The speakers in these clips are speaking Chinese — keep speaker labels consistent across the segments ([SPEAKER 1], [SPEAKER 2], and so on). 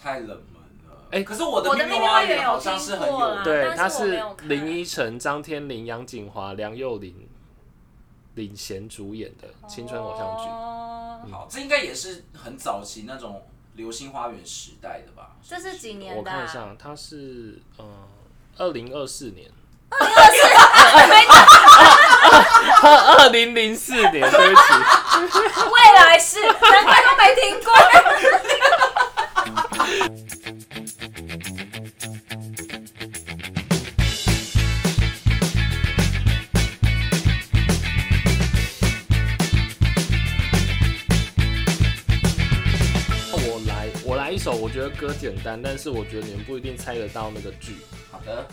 [SPEAKER 1] 太冷门了。
[SPEAKER 2] 哎
[SPEAKER 1] 可是我
[SPEAKER 3] 我
[SPEAKER 1] 的
[SPEAKER 3] 的
[SPEAKER 1] 命运
[SPEAKER 3] 命运花
[SPEAKER 1] 花
[SPEAKER 3] 园
[SPEAKER 1] 园
[SPEAKER 3] 有
[SPEAKER 1] 好像是很
[SPEAKER 3] 听过啦
[SPEAKER 1] 对，
[SPEAKER 3] 啊但
[SPEAKER 2] 对，
[SPEAKER 3] 是
[SPEAKER 2] 他
[SPEAKER 3] 我没
[SPEAKER 2] 是
[SPEAKER 3] 有看
[SPEAKER 2] 林依晨、张天林、杨锦华、梁又琳领衔主演的
[SPEAKER 3] 哦
[SPEAKER 2] 青春偶像剧。
[SPEAKER 3] 剧。
[SPEAKER 1] 好，这应该也是很早期那种流星花园时代的吧？
[SPEAKER 3] 这是几
[SPEAKER 2] 我
[SPEAKER 3] 年的、
[SPEAKER 2] 看一
[SPEAKER 3] 啊？
[SPEAKER 2] 下，它是嗯，二零二四年， 二零零四年， 对不起，
[SPEAKER 3] 未来式，难怪都没听过。
[SPEAKER 2] 我来，我来一首，我觉得歌简单，但是我觉得你们不一定猜得到那个剧。
[SPEAKER 1] 好的，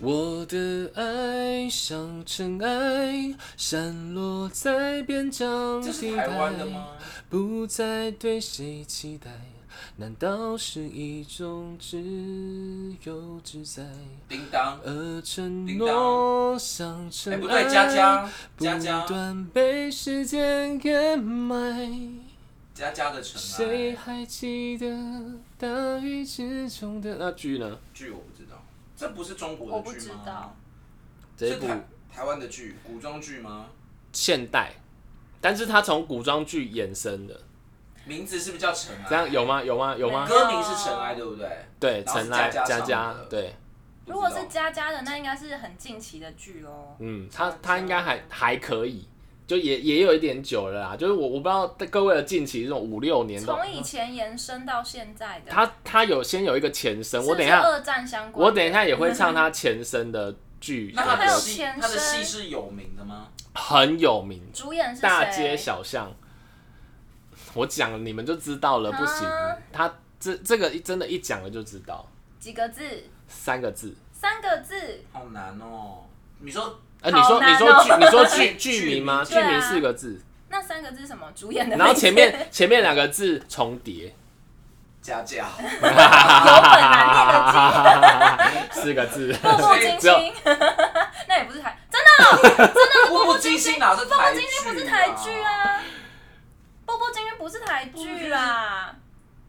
[SPEAKER 2] 我的爱像尘埃，闪落在边疆
[SPEAKER 1] 这
[SPEAKER 2] 地
[SPEAKER 1] 是
[SPEAKER 2] 带
[SPEAKER 1] 台。湾的吗？
[SPEAKER 2] 不再对谁期待，难道是一种自由自在？
[SPEAKER 1] 叮当，
[SPEAKER 2] 而承
[SPEAKER 1] 叮
[SPEAKER 2] 诺像尘
[SPEAKER 1] 哎、
[SPEAKER 2] 埃，
[SPEAKER 1] 不对，佳佳，佳
[SPEAKER 2] 不
[SPEAKER 1] 佳，
[SPEAKER 2] 断被时间掩埋。
[SPEAKER 1] 佳佳的啊尘
[SPEAKER 2] 谁
[SPEAKER 1] 埃，
[SPEAKER 2] 还记得大雨之中的那句呢？
[SPEAKER 1] 剧我不知道，这不是中国
[SPEAKER 3] 我
[SPEAKER 1] 的
[SPEAKER 3] 不
[SPEAKER 1] 剧
[SPEAKER 3] 知
[SPEAKER 1] 吗？
[SPEAKER 3] 道
[SPEAKER 2] 这一
[SPEAKER 1] 是
[SPEAKER 2] 部
[SPEAKER 1] 台台湾的剧，古装剧吗？
[SPEAKER 2] 现代，但是它从古装剧衍生的，
[SPEAKER 1] 名字是不是叫尘
[SPEAKER 2] 这
[SPEAKER 1] 埃？
[SPEAKER 2] 样有吗？有吗？有吗？
[SPEAKER 1] 歌名是尘埃，对不对？
[SPEAKER 2] 对，
[SPEAKER 1] 然后是
[SPEAKER 2] 尘埃
[SPEAKER 1] 佳佳
[SPEAKER 2] 佳
[SPEAKER 1] 唱
[SPEAKER 2] 佳
[SPEAKER 1] 的，
[SPEAKER 2] 对，
[SPEAKER 1] 不知
[SPEAKER 3] 如
[SPEAKER 1] 道
[SPEAKER 3] 果是佳佳的，那应该是很近期的剧哦。
[SPEAKER 2] 嗯，他他应该还还可以，就也也有一点久了啦。就是我我不知道各位的近期这种五六年的
[SPEAKER 3] 从，以前延伸到现在的，
[SPEAKER 2] 他他有先有一个前身，
[SPEAKER 3] 是
[SPEAKER 2] 我
[SPEAKER 3] 不
[SPEAKER 2] 等一
[SPEAKER 3] 是
[SPEAKER 2] 下
[SPEAKER 3] 二嗯战相关的，
[SPEAKER 2] 我等一下也会唱他前身的剧，
[SPEAKER 1] 那他
[SPEAKER 3] 还
[SPEAKER 1] 的
[SPEAKER 3] 有
[SPEAKER 1] 戏，
[SPEAKER 3] 前
[SPEAKER 1] 他的戏
[SPEAKER 3] 身
[SPEAKER 1] 是有名的吗？
[SPEAKER 2] 很有名，
[SPEAKER 3] 主演是谁
[SPEAKER 2] 大街小巷，我讲了你们就知道了，不行
[SPEAKER 3] 啊，
[SPEAKER 2] 他这这个一真的，一讲了就知道，
[SPEAKER 3] 几个字？
[SPEAKER 2] 三个字。
[SPEAKER 3] 三个字，
[SPEAKER 1] 好难哦。你说
[SPEAKER 2] 呃，你说
[SPEAKER 3] 好
[SPEAKER 2] 你
[SPEAKER 3] 难哦
[SPEAKER 2] 说剧你说 剧
[SPEAKER 1] 剧
[SPEAKER 2] 剧名吗？剧
[SPEAKER 3] 对啊
[SPEAKER 2] 名四个字，
[SPEAKER 3] 那三个字是什么？主演的名字，
[SPEAKER 2] 然后前面前面两个字重叠，
[SPEAKER 1] 佳佳，
[SPEAKER 3] 有本难念的经，
[SPEAKER 2] 四个 字，
[SPEAKER 3] 步 步惊
[SPEAKER 2] 啊只有
[SPEAKER 3] 心。 那也不是台，真
[SPEAKER 1] 步步惊心哪是
[SPEAKER 3] 的
[SPEAKER 1] 台
[SPEAKER 3] 步步
[SPEAKER 1] 剧、
[SPEAKER 3] 惊
[SPEAKER 1] 啊？
[SPEAKER 3] 心不是台剧！啊，步步惊心不是台剧啦，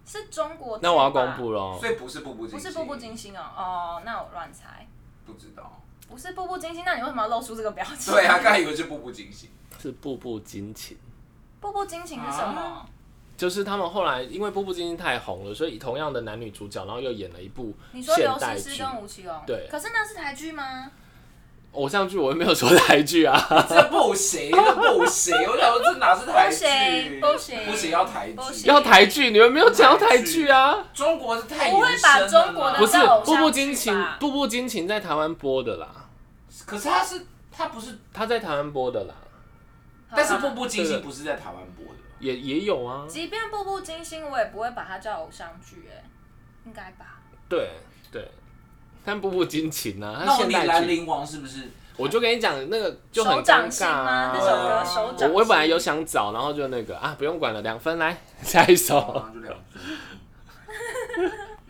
[SPEAKER 3] 是中国。
[SPEAKER 2] 那我要公布，喽
[SPEAKER 1] 所。以不是步步惊
[SPEAKER 3] 不
[SPEAKER 1] 心，
[SPEAKER 3] 是步步惊心哦，哦，那我乱猜，
[SPEAKER 1] 不知道。
[SPEAKER 3] 不是步步惊心，那你为什么要露出这个表 情？
[SPEAKER 1] 对啊，刚才以为是步步惊心。
[SPEAKER 2] 是步步惊情，
[SPEAKER 3] 步步惊心是什么
[SPEAKER 1] 啊？
[SPEAKER 2] 就是他们后来因为步步惊心太红了，所以同样的男女主角，然后又演了一部
[SPEAKER 3] 你说
[SPEAKER 2] 现
[SPEAKER 3] 刘
[SPEAKER 2] 代
[SPEAKER 3] 诗诗
[SPEAKER 2] 剧
[SPEAKER 3] 跟吴奇隆，
[SPEAKER 2] 对
[SPEAKER 3] 可是那是台剧吗？
[SPEAKER 2] 偶像剧，我又没有说台剧啊。
[SPEAKER 1] 这不行，这不行！我想说这哪是台剧？
[SPEAKER 3] 不行不行
[SPEAKER 1] 不行，要台剧
[SPEAKER 3] 不。行
[SPEAKER 2] 要台剧，你们没有讲到台剧啊？
[SPEAKER 1] 中国是太
[SPEAKER 3] 我会
[SPEAKER 1] 延
[SPEAKER 3] 把
[SPEAKER 1] 伸了
[SPEAKER 3] 中国
[SPEAKER 1] 啦
[SPEAKER 3] 的
[SPEAKER 2] 不是
[SPEAKER 3] 那偶像剧
[SPEAKER 2] 步
[SPEAKER 3] 吧
[SPEAKER 2] 步惊情，步步惊情在台湾播的啦，
[SPEAKER 1] 可是他是他不是，
[SPEAKER 2] 他在台湾播的啦，
[SPEAKER 1] 啊但是
[SPEAKER 3] 好吧
[SPEAKER 1] 步步惊
[SPEAKER 2] 这
[SPEAKER 1] 心
[SPEAKER 2] 个
[SPEAKER 1] 不是在台湾播的，
[SPEAKER 2] 也也有啊。
[SPEAKER 3] 即便步步惊心，我也不会把它叫偶像剧，哎，应该吧？
[SPEAKER 2] 对对，但步步惊情啊，它
[SPEAKER 1] 那我
[SPEAKER 2] 现
[SPEAKER 1] 你
[SPEAKER 2] 代
[SPEAKER 1] 兰
[SPEAKER 2] 剧，
[SPEAKER 1] 陵王是不是？
[SPEAKER 2] 我就跟你讲那个就很
[SPEAKER 3] 手
[SPEAKER 2] 尴
[SPEAKER 3] 掌心
[SPEAKER 2] 尬
[SPEAKER 3] 吗？
[SPEAKER 2] 啊
[SPEAKER 3] 那。首歌
[SPEAKER 1] 啊
[SPEAKER 3] 手掌
[SPEAKER 2] 我
[SPEAKER 3] 心。
[SPEAKER 2] 我本来有想找，然后就那个啊，不用管了，两分来下一
[SPEAKER 3] 哦
[SPEAKER 2] 首。
[SPEAKER 1] 啊就两分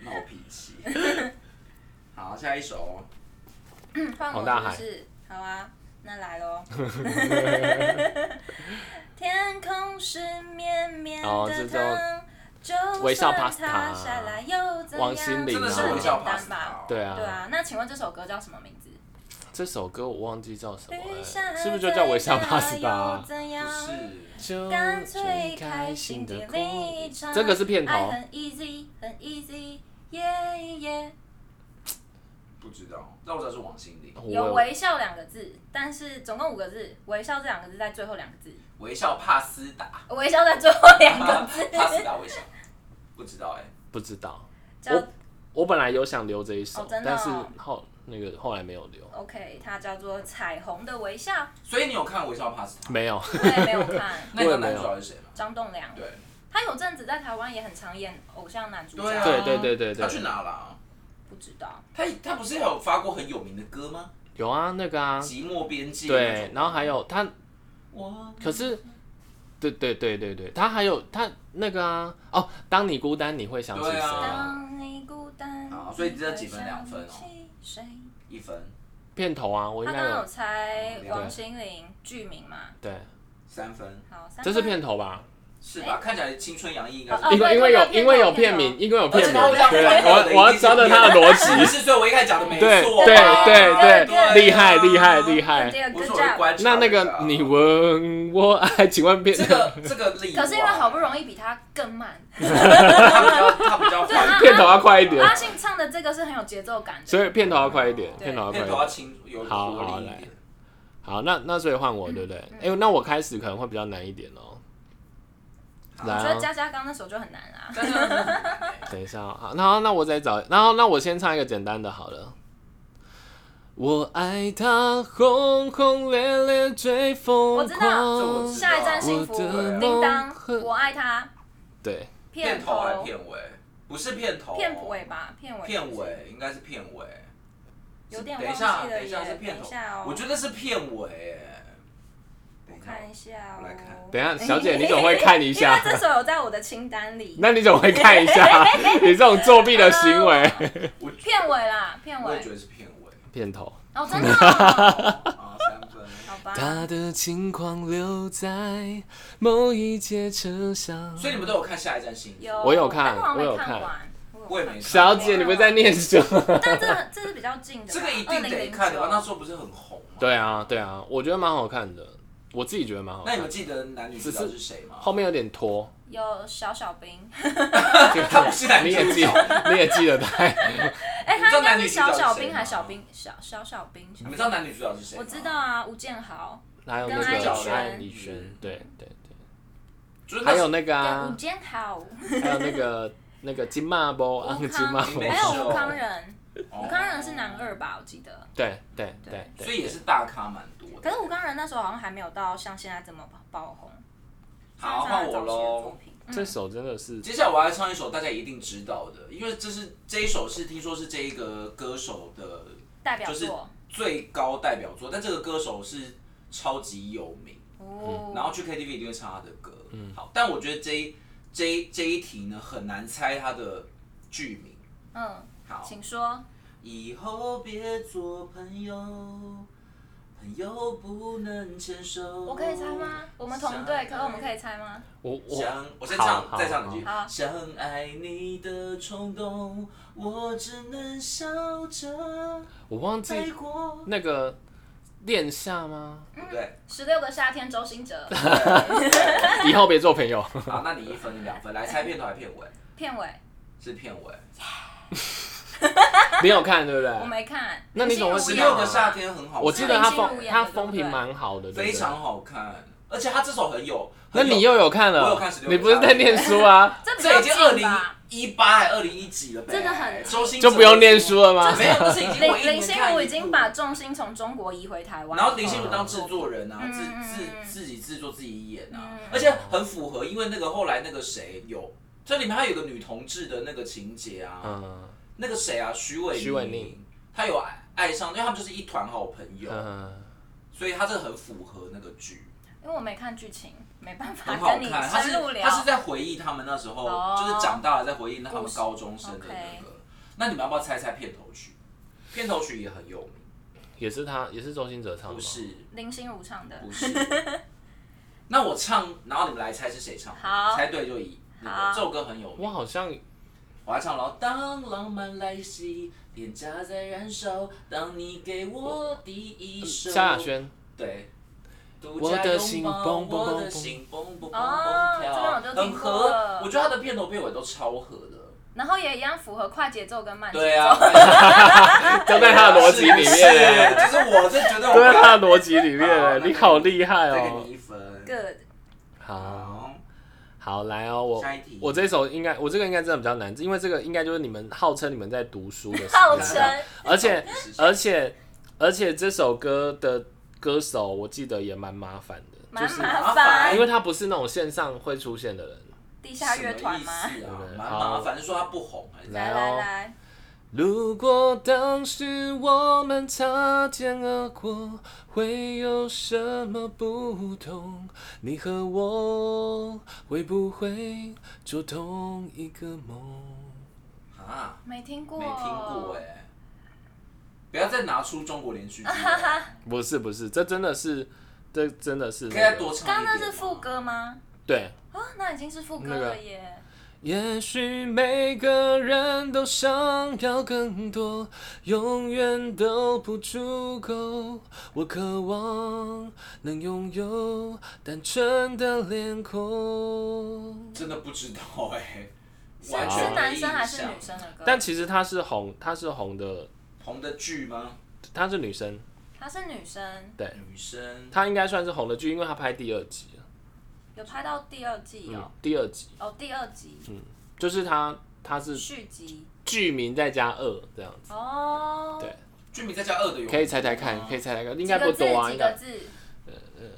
[SPEAKER 1] 闹脾 气。好，下一首。
[SPEAKER 3] 放我
[SPEAKER 2] 黄大海
[SPEAKER 3] 是不是？好啊，那 来喽。天空是绵绵
[SPEAKER 2] 哦这
[SPEAKER 3] 的
[SPEAKER 2] 就
[SPEAKER 3] 糖，就
[SPEAKER 2] 微笑
[SPEAKER 3] 算
[SPEAKER 2] pasta
[SPEAKER 3] 塌下来又怎样？
[SPEAKER 2] 王心凌
[SPEAKER 1] 真的是
[SPEAKER 2] 啊
[SPEAKER 1] 微
[SPEAKER 3] 很
[SPEAKER 1] 笑
[SPEAKER 3] 简
[SPEAKER 1] pasta
[SPEAKER 3] 单吧？
[SPEAKER 2] 对啊，
[SPEAKER 3] 对啊，那请问这首歌叫什么名字？
[SPEAKER 2] 这首歌我忘记叫什么
[SPEAKER 3] 雨
[SPEAKER 2] 了，
[SPEAKER 3] 下
[SPEAKER 2] 是啊不是就叫《微笑 pasta》
[SPEAKER 3] 又
[SPEAKER 2] 啊？
[SPEAKER 3] 怎样
[SPEAKER 1] 不是，
[SPEAKER 2] 就
[SPEAKER 3] 干脆开心的离场。哎
[SPEAKER 2] 这个是片
[SPEAKER 3] 爱
[SPEAKER 2] 头，
[SPEAKER 3] 很 easy，很 easy，耶耶。
[SPEAKER 1] 不知道，那我知道是王心凌。
[SPEAKER 3] 有
[SPEAKER 2] 我
[SPEAKER 3] 微笑两个字，但是总共五个字，微笑这两个字在最后两个字，
[SPEAKER 1] 微笑帕斯 达，
[SPEAKER 3] 微笑在最后两个字
[SPEAKER 1] 帕斯达微笑，不知道哎、
[SPEAKER 2] 不知道。
[SPEAKER 3] 叫
[SPEAKER 2] 我本来有想留这一首
[SPEAKER 3] 哦，真的
[SPEAKER 2] 但是
[SPEAKER 3] 哦
[SPEAKER 2] 后那个后来没有留，
[SPEAKER 3] OK，它叫做彩虹的微笑，
[SPEAKER 1] 所以你有看微笑帕斯达？
[SPEAKER 2] 没有。
[SPEAKER 3] 我也没 有看
[SPEAKER 1] 那个男主角是谁吗？
[SPEAKER 3] 张栋梁，
[SPEAKER 1] 对，
[SPEAKER 3] 他有阵子在台湾也很常演偶像男主角，
[SPEAKER 1] 对啊
[SPEAKER 2] 对对对对
[SPEAKER 1] 他去
[SPEAKER 2] 对，
[SPEAKER 1] 哪了啊、
[SPEAKER 3] 不知道
[SPEAKER 1] 他他不是有发过很有名的歌吗？
[SPEAKER 2] 有啊，那个啊，
[SPEAKER 1] 寂寞边界那
[SPEAKER 2] 对
[SPEAKER 1] 种。，
[SPEAKER 2] 然后还有
[SPEAKER 3] 嗯
[SPEAKER 2] 他，
[SPEAKER 1] 我
[SPEAKER 2] 可是，对对对对对，他还有他那个啊，哦，当你孤单你会想起谁
[SPEAKER 1] 对啊
[SPEAKER 2] 啊？
[SPEAKER 3] 当你孤单，
[SPEAKER 1] 好所以这几分两分哦
[SPEAKER 3] 谁？
[SPEAKER 1] 一分
[SPEAKER 2] 片头啊，我
[SPEAKER 3] 他
[SPEAKER 2] 应
[SPEAKER 3] 刚
[SPEAKER 2] 该
[SPEAKER 3] 刚有
[SPEAKER 2] 有
[SPEAKER 3] 猜
[SPEAKER 1] 对
[SPEAKER 3] 王心凌剧名嘛？
[SPEAKER 2] 对，
[SPEAKER 1] 三分，
[SPEAKER 3] 好，三
[SPEAKER 2] 这是
[SPEAKER 3] 分
[SPEAKER 2] 片头吧？
[SPEAKER 1] 是吧？看起来青春洋溢，应该是
[SPEAKER 3] 哦。
[SPEAKER 2] 因为
[SPEAKER 3] 对
[SPEAKER 2] 因为有
[SPEAKER 3] 对对
[SPEAKER 2] 因为有
[SPEAKER 3] 对
[SPEAKER 2] 片名，因为有片名，
[SPEAKER 1] 而且他
[SPEAKER 2] 对，
[SPEAKER 1] 我
[SPEAKER 2] 我我要抓着他的逻
[SPEAKER 1] 不
[SPEAKER 2] 辑，
[SPEAKER 1] 是，所以我一开始讲的没
[SPEAKER 2] 对
[SPEAKER 1] 错嘛。
[SPEAKER 2] 对
[SPEAKER 1] 对
[SPEAKER 2] 对
[SPEAKER 1] 对
[SPEAKER 2] 厉害厉害厉
[SPEAKER 3] 对
[SPEAKER 2] 害。
[SPEAKER 3] 对
[SPEAKER 1] 我
[SPEAKER 3] ，good
[SPEAKER 1] 说我是
[SPEAKER 3] job。
[SPEAKER 1] 观察
[SPEAKER 2] 那那
[SPEAKER 1] 的
[SPEAKER 2] 个
[SPEAKER 1] 啊
[SPEAKER 2] 你问我爱，请问变
[SPEAKER 1] 这个这个例外，
[SPEAKER 3] 可是因为好不容易比他更慢，
[SPEAKER 1] 他比较他比较
[SPEAKER 3] 对啊
[SPEAKER 1] 快，
[SPEAKER 2] 片头要快一点
[SPEAKER 3] 阿，信唱的这个是很有节奏感的。
[SPEAKER 2] 所以片头要快一点，
[SPEAKER 3] 对
[SPEAKER 2] 片头要快一
[SPEAKER 1] 片头
[SPEAKER 2] 点
[SPEAKER 1] 要。清楚，有
[SPEAKER 2] 啊好
[SPEAKER 1] 活
[SPEAKER 2] 好
[SPEAKER 1] 力一
[SPEAKER 2] 来
[SPEAKER 1] 点。
[SPEAKER 2] 好，那那所以换我，对不对？哎、
[SPEAKER 3] 嗯
[SPEAKER 2] 那我开始可能会比较难一点哦、
[SPEAKER 1] 好
[SPEAKER 2] 来
[SPEAKER 3] 我觉
[SPEAKER 2] 啊
[SPEAKER 3] 得，佳佳刚那首就很难啊。
[SPEAKER 1] 但是
[SPEAKER 2] 等一下哦、好，然后那我再找，然后那我先唱一个简单的好了。我爱他，轰轰烈烈最疯
[SPEAKER 3] 我知道
[SPEAKER 1] 这我
[SPEAKER 2] 狂
[SPEAKER 1] 知。
[SPEAKER 3] 下一站幸福
[SPEAKER 2] 我的，梦
[SPEAKER 3] 叮当，我爱他。
[SPEAKER 2] 对，
[SPEAKER 1] 片头还是
[SPEAKER 3] 头，
[SPEAKER 1] 片尾？不是片头，
[SPEAKER 3] 片尾吧，片尾，
[SPEAKER 1] 片尾应该是片尾。
[SPEAKER 3] 有点
[SPEAKER 1] 等
[SPEAKER 3] 忘
[SPEAKER 1] 一
[SPEAKER 3] 记
[SPEAKER 1] 下，
[SPEAKER 3] 了
[SPEAKER 1] 等
[SPEAKER 3] 耶。
[SPEAKER 1] 一下是片头
[SPEAKER 3] 等一下哦，
[SPEAKER 1] 我觉得是片尾。我
[SPEAKER 3] 看一下
[SPEAKER 1] 我来
[SPEAKER 3] 哦
[SPEAKER 1] 看。
[SPEAKER 2] 等一下，小姐你总会看一下
[SPEAKER 3] 因为，这首有在我的清 单里。
[SPEAKER 2] 那你总会看一下，你这种作弊的行为。
[SPEAKER 3] 片尾啦，片
[SPEAKER 1] 我也觉
[SPEAKER 3] 尾。
[SPEAKER 1] 得是片尾。
[SPEAKER 2] 片头。
[SPEAKER 3] 哦，真 的哦、
[SPEAKER 1] 啊，三分。
[SPEAKER 3] 好吧。
[SPEAKER 2] 他的轻狂留在某一节车厢。
[SPEAKER 1] 所以你们都有看下一站幸福？
[SPEAKER 3] 有，
[SPEAKER 2] 我有看
[SPEAKER 3] 但我还
[SPEAKER 2] 我
[SPEAKER 3] 没
[SPEAKER 2] 有
[SPEAKER 3] 看
[SPEAKER 2] 看
[SPEAKER 3] 完。我
[SPEAKER 1] 我也
[SPEAKER 3] 有
[SPEAKER 1] 没看
[SPEAKER 3] 看。
[SPEAKER 2] 小姐，你们在念什么？
[SPEAKER 3] 但这这是比较近的吧，
[SPEAKER 1] 这个一定得看的吧？
[SPEAKER 3] 2009
[SPEAKER 1] 那时候不是很红吗？。
[SPEAKER 2] 对啊，对啊，我觉得蛮好看的，我自己觉得蛮好
[SPEAKER 1] 那
[SPEAKER 2] 看
[SPEAKER 1] 你
[SPEAKER 2] 的
[SPEAKER 1] 们。记得男女主角是谁吗？
[SPEAKER 2] 后面有 点拖，
[SPEAKER 3] 有小小兵，
[SPEAKER 1] 他不是男
[SPEAKER 2] 你
[SPEAKER 1] 女
[SPEAKER 2] 也
[SPEAKER 1] 主
[SPEAKER 2] 记
[SPEAKER 1] 角。，
[SPEAKER 2] 你也记得太。
[SPEAKER 3] 哎、他应该是小小
[SPEAKER 1] 你知道男女主角是谁
[SPEAKER 3] 兵
[SPEAKER 1] 吗
[SPEAKER 3] 还是小兵？小小小兵，
[SPEAKER 1] 你们知道男女主角是谁吗？
[SPEAKER 3] 我知道啊，吴建豪
[SPEAKER 2] 还有那
[SPEAKER 1] 跟
[SPEAKER 2] 个
[SPEAKER 1] 安以轩
[SPEAKER 2] 安以轩
[SPEAKER 1] 嗯，
[SPEAKER 2] 对对对，
[SPEAKER 1] 就是
[SPEAKER 2] 还
[SPEAKER 1] 那
[SPEAKER 2] 有那个
[SPEAKER 3] 跟吴
[SPEAKER 2] 啊，
[SPEAKER 3] 建豪，
[SPEAKER 2] 还有那个那个金马波，啊，
[SPEAKER 3] 吴
[SPEAKER 2] 金马
[SPEAKER 3] 康，
[SPEAKER 2] 波
[SPEAKER 1] 没，
[SPEAKER 3] 还
[SPEAKER 1] 事
[SPEAKER 3] 有
[SPEAKER 1] 哦
[SPEAKER 3] 吴康仁，
[SPEAKER 1] 哦
[SPEAKER 3] 吴康仁是男二吧？我记得。
[SPEAKER 2] 对对对对，
[SPEAKER 1] 所以也是大咖蛮多的。
[SPEAKER 3] 可是吴康仁那时候好像还没有到像现在这么爆红。
[SPEAKER 1] 好，
[SPEAKER 3] 算
[SPEAKER 1] 换
[SPEAKER 3] 是他
[SPEAKER 1] 我
[SPEAKER 3] 的早期的作
[SPEAKER 1] 喽。
[SPEAKER 3] 品。嗯
[SPEAKER 2] 这首真的是
[SPEAKER 1] 接下来我要唱一首大家一定知道的，因为这是这一首是听说是这一个歌手的
[SPEAKER 3] 代表
[SPEAKER 1] 就是
[SPEAKER 3] 作哦
[SPEAKER 1] 最高代表作，但这个歌手是超级有名，
[SPEAKER 3] 哦，
[SPEAKER 1] 嗯然后去 KTV 一定会唱他的歌。嗯，好，但我觉得这一这一这一题呢很难猜他的剧名。
[SPEAKER 3] 嗯，
[SPEAKER 1] 好，
[SPEAKER 3] 请说。
[SPEAKER 1] 以后别做朋友，朋友不能牵手。
[SPEAKER 3] 我可以猜
[SPEAKER 1] 哦
[SPEAKER 3] 吗？我们同队，可是我们可以猜吗？
[SPEAKER 2] 我我
[SPEAKER 1] 想，我先唱，
[SPEAKER 2] 好
[SPEAKER 1] 再唱两句
[SPEAKER 3] 好好。
[SPEAKER 1] 想爱你的冲动，我只能笑着
[SPEAKER 2] 我忘记
[SPEAKER 1] 带过。
[SPEAKER 2] 那个恋夏吗？
[SPEAKER 1] 对不对，
[SPEAKER 3] 十六个夏天，周 兴哲
[SPEAKER 2] 以后别做朋友。
[SPEAKER 1] 好，那你一分两分，来猜片头还是片尾？
[SPEAKER 3] 片尾，
[SPEAKER 1] 是片
[SPEAKER 3] 啊
[SPEAKER 1] 尾。
[SPEAKER 2] 你有看对不
[SPEAKER 3] 我
[SPEAKER 2] 对？
[SPEAKER 3] 没看。
[SPEAKER 2] 那你怎么会
[SPEAKER 1] 十
[SPEAKER 2] 知
[SPEAKER 1] 六
[SPEAKER 2] 道
[SPEAKER 1] 个
[SPEAKER 2] 啊
[SPEAKER 1] 夏天很好看，
[SPEAKER 2] 我记得他
[SPEAKER 3] 是林心如
[SPEAKER 2] 风
[SPEAKER 3] 演的
[SPEAKER 2] 他
[SPEAKER 3] 对不
[SPEAKER 2] 风评
[SPEAKER 3] 对
[SPEAKER 2] 蛮好的，对不对
[SPEAKER 1] 非常。好看，而且他这首很有。
[SPEAKER 2] 那
[SPEAKER 1] 很有
[SPEAKER 2] 你又有看了？
[SPEAKER 1] 我有看16个
[SPEAKER 2] 你不是在念书啊？
[SPEAKER 3] 这比
[SPEAKER 1] 这
[SPEAKER 3] 较
[SPEAKER 1] 已经二
[SPEAKER 3] 近
[SPEAKER 1] 零
[SPEAKER 3] 吧？
[SPEAKER 1] 一八还二零一几了呗？
[SPEAKER 3] 真的很
[SPEAKER 1] 周星
[SPEAKER 2] 就不用念书啊了吗？
[SPEAKER 1] 没有，这是已经我一
[SPEAKER 3] 林
[SPEAKER 1] 年
[SPEAKER 3] 林心
[SPEAKER 1] 看
[SPEAKER 3] 如
[SPEAKER 1] 一
[SPEAKER 3] 已经
[SPEAKER 1] 部
[SPEAKER 3] 把重心从中国移回台湾，
[SPEAKER 1] 然后林心如当制作人啊，
[SPEAKER 3] 嗯
[SPEAKER 1] 自
[SPEAKER 3] 嗯嗯
[SPEAKER 1] 自自己制作自己演啊
[SPEAKER 3] 嗯，
[SPEAKER 1] 而且很符合，因为那个后来那个谁有，这里面还有一个女同志的那个情节啊，
[SPEAKER 2] 嗯
[SPEAKER 1] 那个谁啊，徐伟
[SPEAKER 2] 徐伟宁，
[SPEAKER 1] 她有爱爱上，因为他们就是一团好朋友，
[SPEAKER 2] 嗯，
[SPEAKER 1] 所以她这很符合那个剧，
[SPEAKER 3] 因为我没看剧情，没办法
[SPEAKER 1] 很好
[SPEAKER 3] 跟你
[SPEAKER 1] 看。她是
[SPEAKER 3] 深入
[SPEAKER 1] 她是
[SPEAKER 3] 聊。
[SPEAKER 1] 在回忆他们那时候，
[SPEAKER 3] 哦
[SPEAKER 1] 就是长大了在回忆他们
[SPEAKER 3] 故事
[SPEAKER 1] 高中生的那
[SPEAKER 3] OK
[SPEAKER 1] 个。那你们要不要猜猜片头曲？片头曲也很有名，
[SPEAKER 2] 也是他，也是周星哲唱的吗。
[SPEAKER 1] 不是
[SPEAKER 3] 林心如唱的，
[SPEAKER 1] 不是。那我唱，然后你们来猜是谁唱的，
[SPEAKER 3] 好
[SPEAKER 1] 猜对就赢。那
[SPEAKER 3] 好
[SPEAKER 1] 个这首歌很有名，
[SPEAKER 2] 我好像
[SPEAKER 1] 我还唱了。当浪漫来袭，脸颊在燃烧，当你给我第一首。
[SPEAKER 2] 萧亚。轩，
[SPEAKER 1] 对。独
[SPEAKER 2] 我
[SPEAKER 1] 家
[SPEAKER 2] 的
[SPEAKER 1] 拥
[SPEAKER 2] 心
[SPEAKER 1] 抱
[SPEAKER 2] 蹦蹦
[SPEAKER 1] 我
[SPEAKER 2] 蹦
[SPEAKER 1] 的
[SPEAKER 2] 蹦
[SPEAKER 1] 心蹦蹦蹦
[SPEAKER 3] 哦
[SPEAKER 1] 蹦
[SPEAKER 3] 这
[SPEAKER 1] 跳，
[SPEAKER 3] 个我就
[SPEAKER 1] 很
[SPEAKER 3] 听过
[SPEAKER 1] 合
[SPEAKER 3] 了。
[SPEAKER 1] 我觉得它的片头片尾都超合 的。
[SPEAKER 3] 然后也一样符合快节奏跟慢节奏。
[SPEAKER 1] 对 啊，
[SPEAKER 2] 就在他的逻辑里
[SPEAKER 1] 是啊
[SPEAKER 2] 面，
[SPEAKER 1] 是就是我是觉得
[SPEAKER 2] 就在他
[SPEAKER 1] 我
[SPEAKER 2] 的逻辑里面，啊你好厉 害
[SPEAKER 1] 再给
[SPEAKER 2] 哦
[SPEAKER 1] 你！一分。
[SPEAKER 3] Good，
[SPEAKER 2] 好
[SPEAKER 1] 好，
[SPEAKER 2] 好来哦，我
[SPEAKER 1] 下一题
[SPEAKER 2] 我这首应该，我这个应该真的比较难，因为这个应该就是你们号称你们在读书的时间，
[SPEAKER 3] 号称
[SPEAKER 2] 而且
[SPEAKER 1] 是是
[SPEAKER 2] 而且而且这首歌的歌手，我记得也蛮麻烦的，
[SPEAKER 3] 蛮
[SPEAKER 2] 就是
[SPEAKER 3] 麻
[SPEAKER 1] 麻烦
[SPEAKER 2] 因为他不是那种线上会出现的人。
[SPEAKER 3] 地下乐团吗？
[SPEAKER 1] 什么意思啊
[SPEAKER 2] 对
[SPEAKER 1] 蛮
[SPEAKER 2] 好
[SPEAKER 1] 麻烦，说他不红还是怎样
[SPEAKER 3] 来
[SPEAKER 2] 来
[SPEAKER 3] 来
[SPEAKER 2] 哦
[SPEAKER 3] 来，
[SPEAKER 2] 如果当时我们擦肩而过，会有什么不同？你和我会不会做同一个梦？
[SPEAKER 1] 啊？
[SPEAKER 3] 没听过，
[SPEAKER 1] 没听过哎、不要再拿出中国连续剧 了，
[SPEAKER 2] 不是不是，这真的是，这真的是、
[SPEAKER 1] 可以再
[SPEAKER 2] 那
[SPEAKER 1] 多
[SPEAKER 2] 个，
[SPEAKER 1] 唱一点吗
[SPEAKER 3] 刚刚那是副，歌吗？
[SPEAKER 2] 对，
[SPEAKER 3] 啊，那已经是副歌
[SPEAKER 2] 那个
[SPEAKER 3] 了耶。
[SPEAKER 2] 也许每个人都想要更多，永远都不足够。我渴望能拥有单纯的脸孔。
[SPEAKER 1] 真的不知道哎、
[SPEAKER 3] 是
[SPEAKER 1] 完全
[SPEAKER 3] 是
[SPEAKER 1] 没
[SPEAKER 3] 男生还
[SPEAKER 1] 印
[SPEAKER 3] 是
[SPEAKER 1] 象
[SPEAKER 3] 女生的歌？
[SPEAKER 2] 但其实她是红，她是红的，
[SPEAKER 1] 红的剧吗？
[SPEAKER 2] 她是女生，
[SPEAKER 3] 她是女生，
[SPEAKER 2] 对，
[SPEAKER 1] 女生，
[SPEAKER 2] 她应该算是红的剧，因为她拍第二集了，
[SPEAKER 3] 有拍到第二季
[SPEAKER 2] 嗯
[SPEAKER 3] 哦，，
[SPEAKER 2] 第二集
[SPEAKER 3] 哦，第二集
[SPEAKER 1] 嗯
[SPEAKER 2] 就是她，她是
[SPEAKER 3] 续集
[SPEAKER 2] 剧名再加二这样
[SPEAKER 1] 嗯
[SPEAKER 2] 子，
[SPEAKER 3] 哦。
[SPEAKER 2] 对，
[SPEAKER 1] 剧名再加二的有，
[SPEAKER 2] 可以猜猜看，可以
[SPEAKER 1] 以。
[SPEAKER 2] 猜猜看，应
[SPEAKER 3] 应
[SPEAKER 2] 该不多啊，
[SPEAKER 3] 哦几
[SPEAKER 2] 应
[SPEAKER 3] 个
[SPEAKER 2] 该
[SPEAKER 3] 字？几个字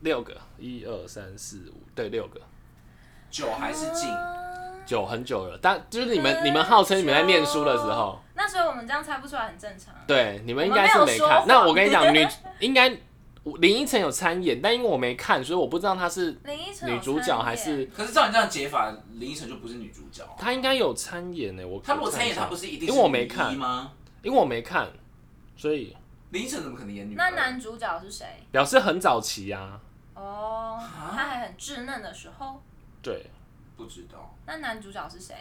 [SPEAKER 2] 六个，一二三四五，对，六个。
[SPEAKER 1] 久还是近？
[SPEAKER 3] 啊
[SPEAKER 2] 久很久了，但就是你们你们号称你们在念书的时候，
[SPEAKER 3] 那所以我们这样猜不出来很正常。啊
[SPEAKER 2] 对，你们应该是
[SPEAKER 3] 我们没
[SPEAKER 2] 没
[SPEAKER 3] 有说
[SPEAKER 2] 看
[SPEAKER 3] 谎。
[SPEAKER 2] 那我跟你讲，女 应该林依晨有参演，但因为我没看，所以我不知道她是
[SPEAKER 3] 林依晨有
[SPEAKER 2] 女主角
[SPEAKER 3] 参
[SPEAKER 2] 还
[SPEAKER 3] 演
[SPEAKER 2] 是
[SPEAKER 1] 可是照你这样解法，林依晨就不是女主角。
[SPEAKER 2] 她应该有参演欸呢。我
[SPEAKER 1] 她如果参
[SPEAKER 2] 看一
[SPEAKER 1] 演，
[SPEAKER 2] 下
[SPEAKER 1] 她不是一定是
[SPEAKER 2] 因为我没
[SPEAKER 1] 女
[SPEAKER 2] 看
[SPEAKER 1] 一，吗？
[SPEAKER 2] 因为我没看，所以
[SPEAKER 1] 林依晨怎么可能演女？
[SPEAKER 3] 那男主角是谁？
[SPEAKER 2] 表示很早期啊。
[SPEAKER 3] 哦，
[SPEAKER 1] 啊
[SPEAKER 3] 他还很稚嫩的时候。
[SPEAKER 2] 对，
[SPEAKER 1] 不知道。
[SPEAKER 3] 那男主角是谁？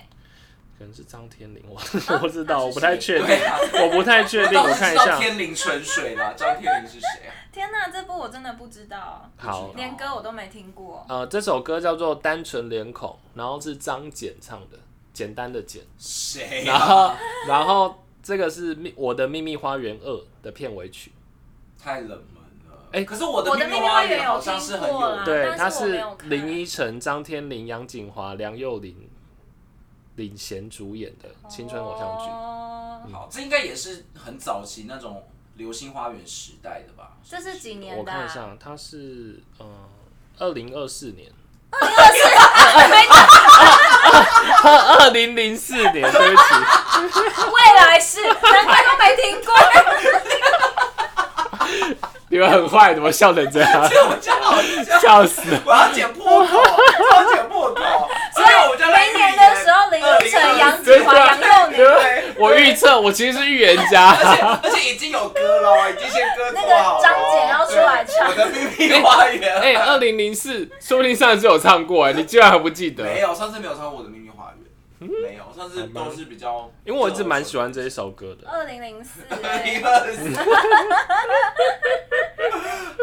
[SPEAKER 2] 可能是张天林，我 我不知道，
[SPEAKER 3] 她是
[SPEAKER 2] 我不太
[SPEAKER 3] 啊谁
[SPEAKER 2] 确定，
[SPEAKER 1] 对啊，
[SPEAKER 2] 我不太确定，
[SPEAKER 1] 倒
[SPEAKER 2] 我
[SPEAKER 1] 是
[SPEAKER 2] 看
[SPEAKER 1] 知
[SPEAKER 2] 一
[SPEAKER 1] 道
[SPEAKER 2] 下。
[SPEAKER 1] 天灵纯水啦，张天灵是谁啊？
[SPEAKER 3] 天哪，这部我真的不知道，
[SPEAKER 2] 好
[SPEAKER 1] 不知道
[SPEAKER 3] 连歌我都没听过。
[SPEAKER 2] 呃，这首歌叫做《单纯脸孔》，然后是张简唱的，简单的简。
[SPEAKER 1] 谁
[SPEAKER 2] 然
[SPEAKER 1] 啊？
[SPEAKER 2] 后，然后这个是秘《我的秘密花园二》的片尾曲，
[SPEAKER 1] 太冷门了。
[SPEAKER 2] 哎
[SPEAKER 1] 可是我
[SPEAKER 3] 我
[SPEAKER 1] 的
[SPEAKER 3] 的
[SPEAKER 1] 密
[SPEAKER 3] 秘密
[SPEAKER 1] 花
[SPEAKER 3] 花园
[SPEAKER 1] 好
[SPEAKER 3] 有
[SPEAKER 1] 像
[SPEAKER 3] 听
[SPEAKER 1] 是很
[SPEAKER 3] 过啦
[SPEAKER 1] 有，
[SPEAKER 2] 对，
[SPEAKER 3] 啊但
[SPEAKER 2] 它
[SPEAKER 3] 是我没
[SPEAKER 2] 是
[SPEAKER 3] 有看
[SPEAKER 2] 林依晨、张天林、杨景华、梁又琳领衔主演的
[SPEAKER 3] 哦
[SPEAKER 2] 青春偶像剧。嗯
[SPEAKER 3] 剧。
[SPEAKER 1] 好，这应该也是很早期那种流星花园时代的 吧？
[SPEAKER 3] 这是几
[SPEAKER 2] 我
[SPEAKER 3] 年的、
[SPEAKER 2] 看一
[SPEAKER 3] 啊？
[SPEAKER 2] 下，它是嗯，二零二四 年，二零零四年，对不起，
[SPEAKER 3] 未来式，难怪都没听过。
[SPEAKER 2] 你们很坏，怎么笑成这样？
[SPEAKER 1] 这我家好笑，
[SPEAKER 2] 笑死了！
[SPEAKER 1] 我要剪破口，我要剪破口，所以我就来
[SPEAKER 3] 每年的时候，林依晨、杨子华、杨佑
[SPEAKER 2] 对啊
[SPEAKER 3] 宁，
[SPEAKER 1] 对，
[SPEAKER 2] 我预测，我其实是预言家。
[SPEAKER 1] 而且而且已经有歌了，已经先歌
[SPEAKER 3] 那
[SPEAKER 1] 做好了
[SPEAKER 3] 个张姐要出来唱
[SPEAKER 1] 我。的秘密花园，
[SPEAKER 2] 哎、二零零四，说不定上一次有唱过哎、你居然还不记得？
[SPEAKER 1] 没有，上次没有唱过我的秘密花园，没有，上次都是比较，
[SPEAKER 2] 嗯因为我一直蛮喜欢这一首歌的。
[SPEAKER 3] 二零零四，
[SPEAKER 1] 一个是。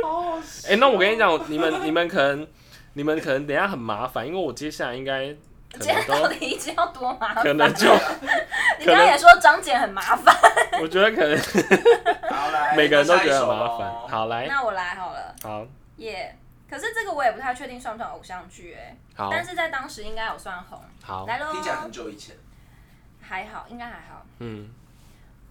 [SPEAKER 1] 哦，
[SPEAKER 2] 哎、那我跟你讲，你们你们可能你们可能等一下很麻烦，因为我接下来应该可
[SPEAKER 3] 今
[SPEAKER 2] 能
[SPEAKER 3] 天到
[SPEAKER 2] 都
[SPEAKER 3] 底一直要多麻烦？
[SPEAKER 2] 可能就
[SPEAKER 3] 你刚刚也说张姐很麻烦，
[SPEAKER 2] 我觉得可能
[SPEAKER 1] 好 来，
[SPEAKER 2] 每个人都觉得
[SPEAKER 1] 很
[SPEAKER 2] 很麻 烦。，好，来，
[SPEAKER 3] 那我来好了。
[SPEAKER 2] 好，
[SPEAKER 3] 耶、可是这个我也不太确定算不算偶像剧哎、
[SPEAKER 2] 好，
[SPEAKER 3] 但是在当时应该有算红。
[SPEAKER 2] 好，
[SPEAKER 3] 来喽
[SPEAKER 1] 听，起来很久以前，
[SPEAKER 3] 还好，应该还好。
[SPEAKER 2] 嗯，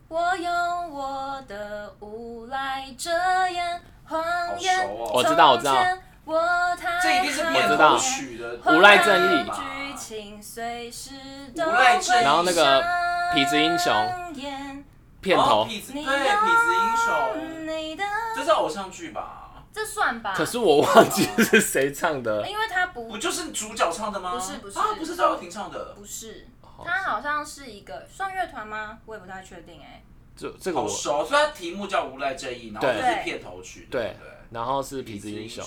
[SPEAKER 3] 我用我的无赖遮掩
[SPEAKER 1] 好
[SPEAKER 3] 谎言，
[SPEAKER 1] 熟哦。
[SPEAKER 2] 我知道我知道
[SPEAKER 3] 从前我太
[SPEAKER 1] 这一定是
[SPEAKER 3] 爱
[SPEAKER 1] 片
[SPEAKER 2] 我知道
[SPEAKER 1] 头
[SPEAKER 3] 你
[SPEAKER 1] 曲的
[SPEAKER 2] 无赖正义
[SPEAKER 3] 剧情随时都
[SPEAKER 1] 无赖正义然后
[SPEAKER 2] 那个痞子英雄
[SPEAKER 3] 雄，
[SPEAKER 2] 片头
[SPEAKER 1] 哦。痞子对
[SPEAKER 3] 你
[SPEAKER 1] 痞子英雄，
[SPEAKER 3] 你的
[SPEAKER 1] 这是偶像剧吧？
[SPEAKER 3] 这算吧？
[SPEAKER 2] 可是我忘记是谁唱的，
[SPEAKER 3] 因为他
[SPEAKER 1] 不
[SPEAKER 3] 不
[SPEAKER 1] 就是主角唱的吗？
[SPEAKER 3] 不是不是
[SPEAKER 1] 啊，不是赵又廷唱的，
[SPEAKER 3] 不是，
[SPEAKER 2] 好
[SPEAKER 3] 他好像是一个算乐团吗？我也不太确定哎、
[SPEAKER 2] 这这个
[SPEAKER 1] 好
[SPEAKER 2] 我
[SPEAKER 1] 熟。所以它题目叫《无赖正义》，然后
[SPEAKER 2] 对
[SPEAKER 1] 就是片头曲，
[SPEAKER 2] 对
[SPEAKER 1] 不，
[SPEAKER 2] 然后是
[SPEAKER 1] 对？
[SPEAKER 2] 痞子英雄，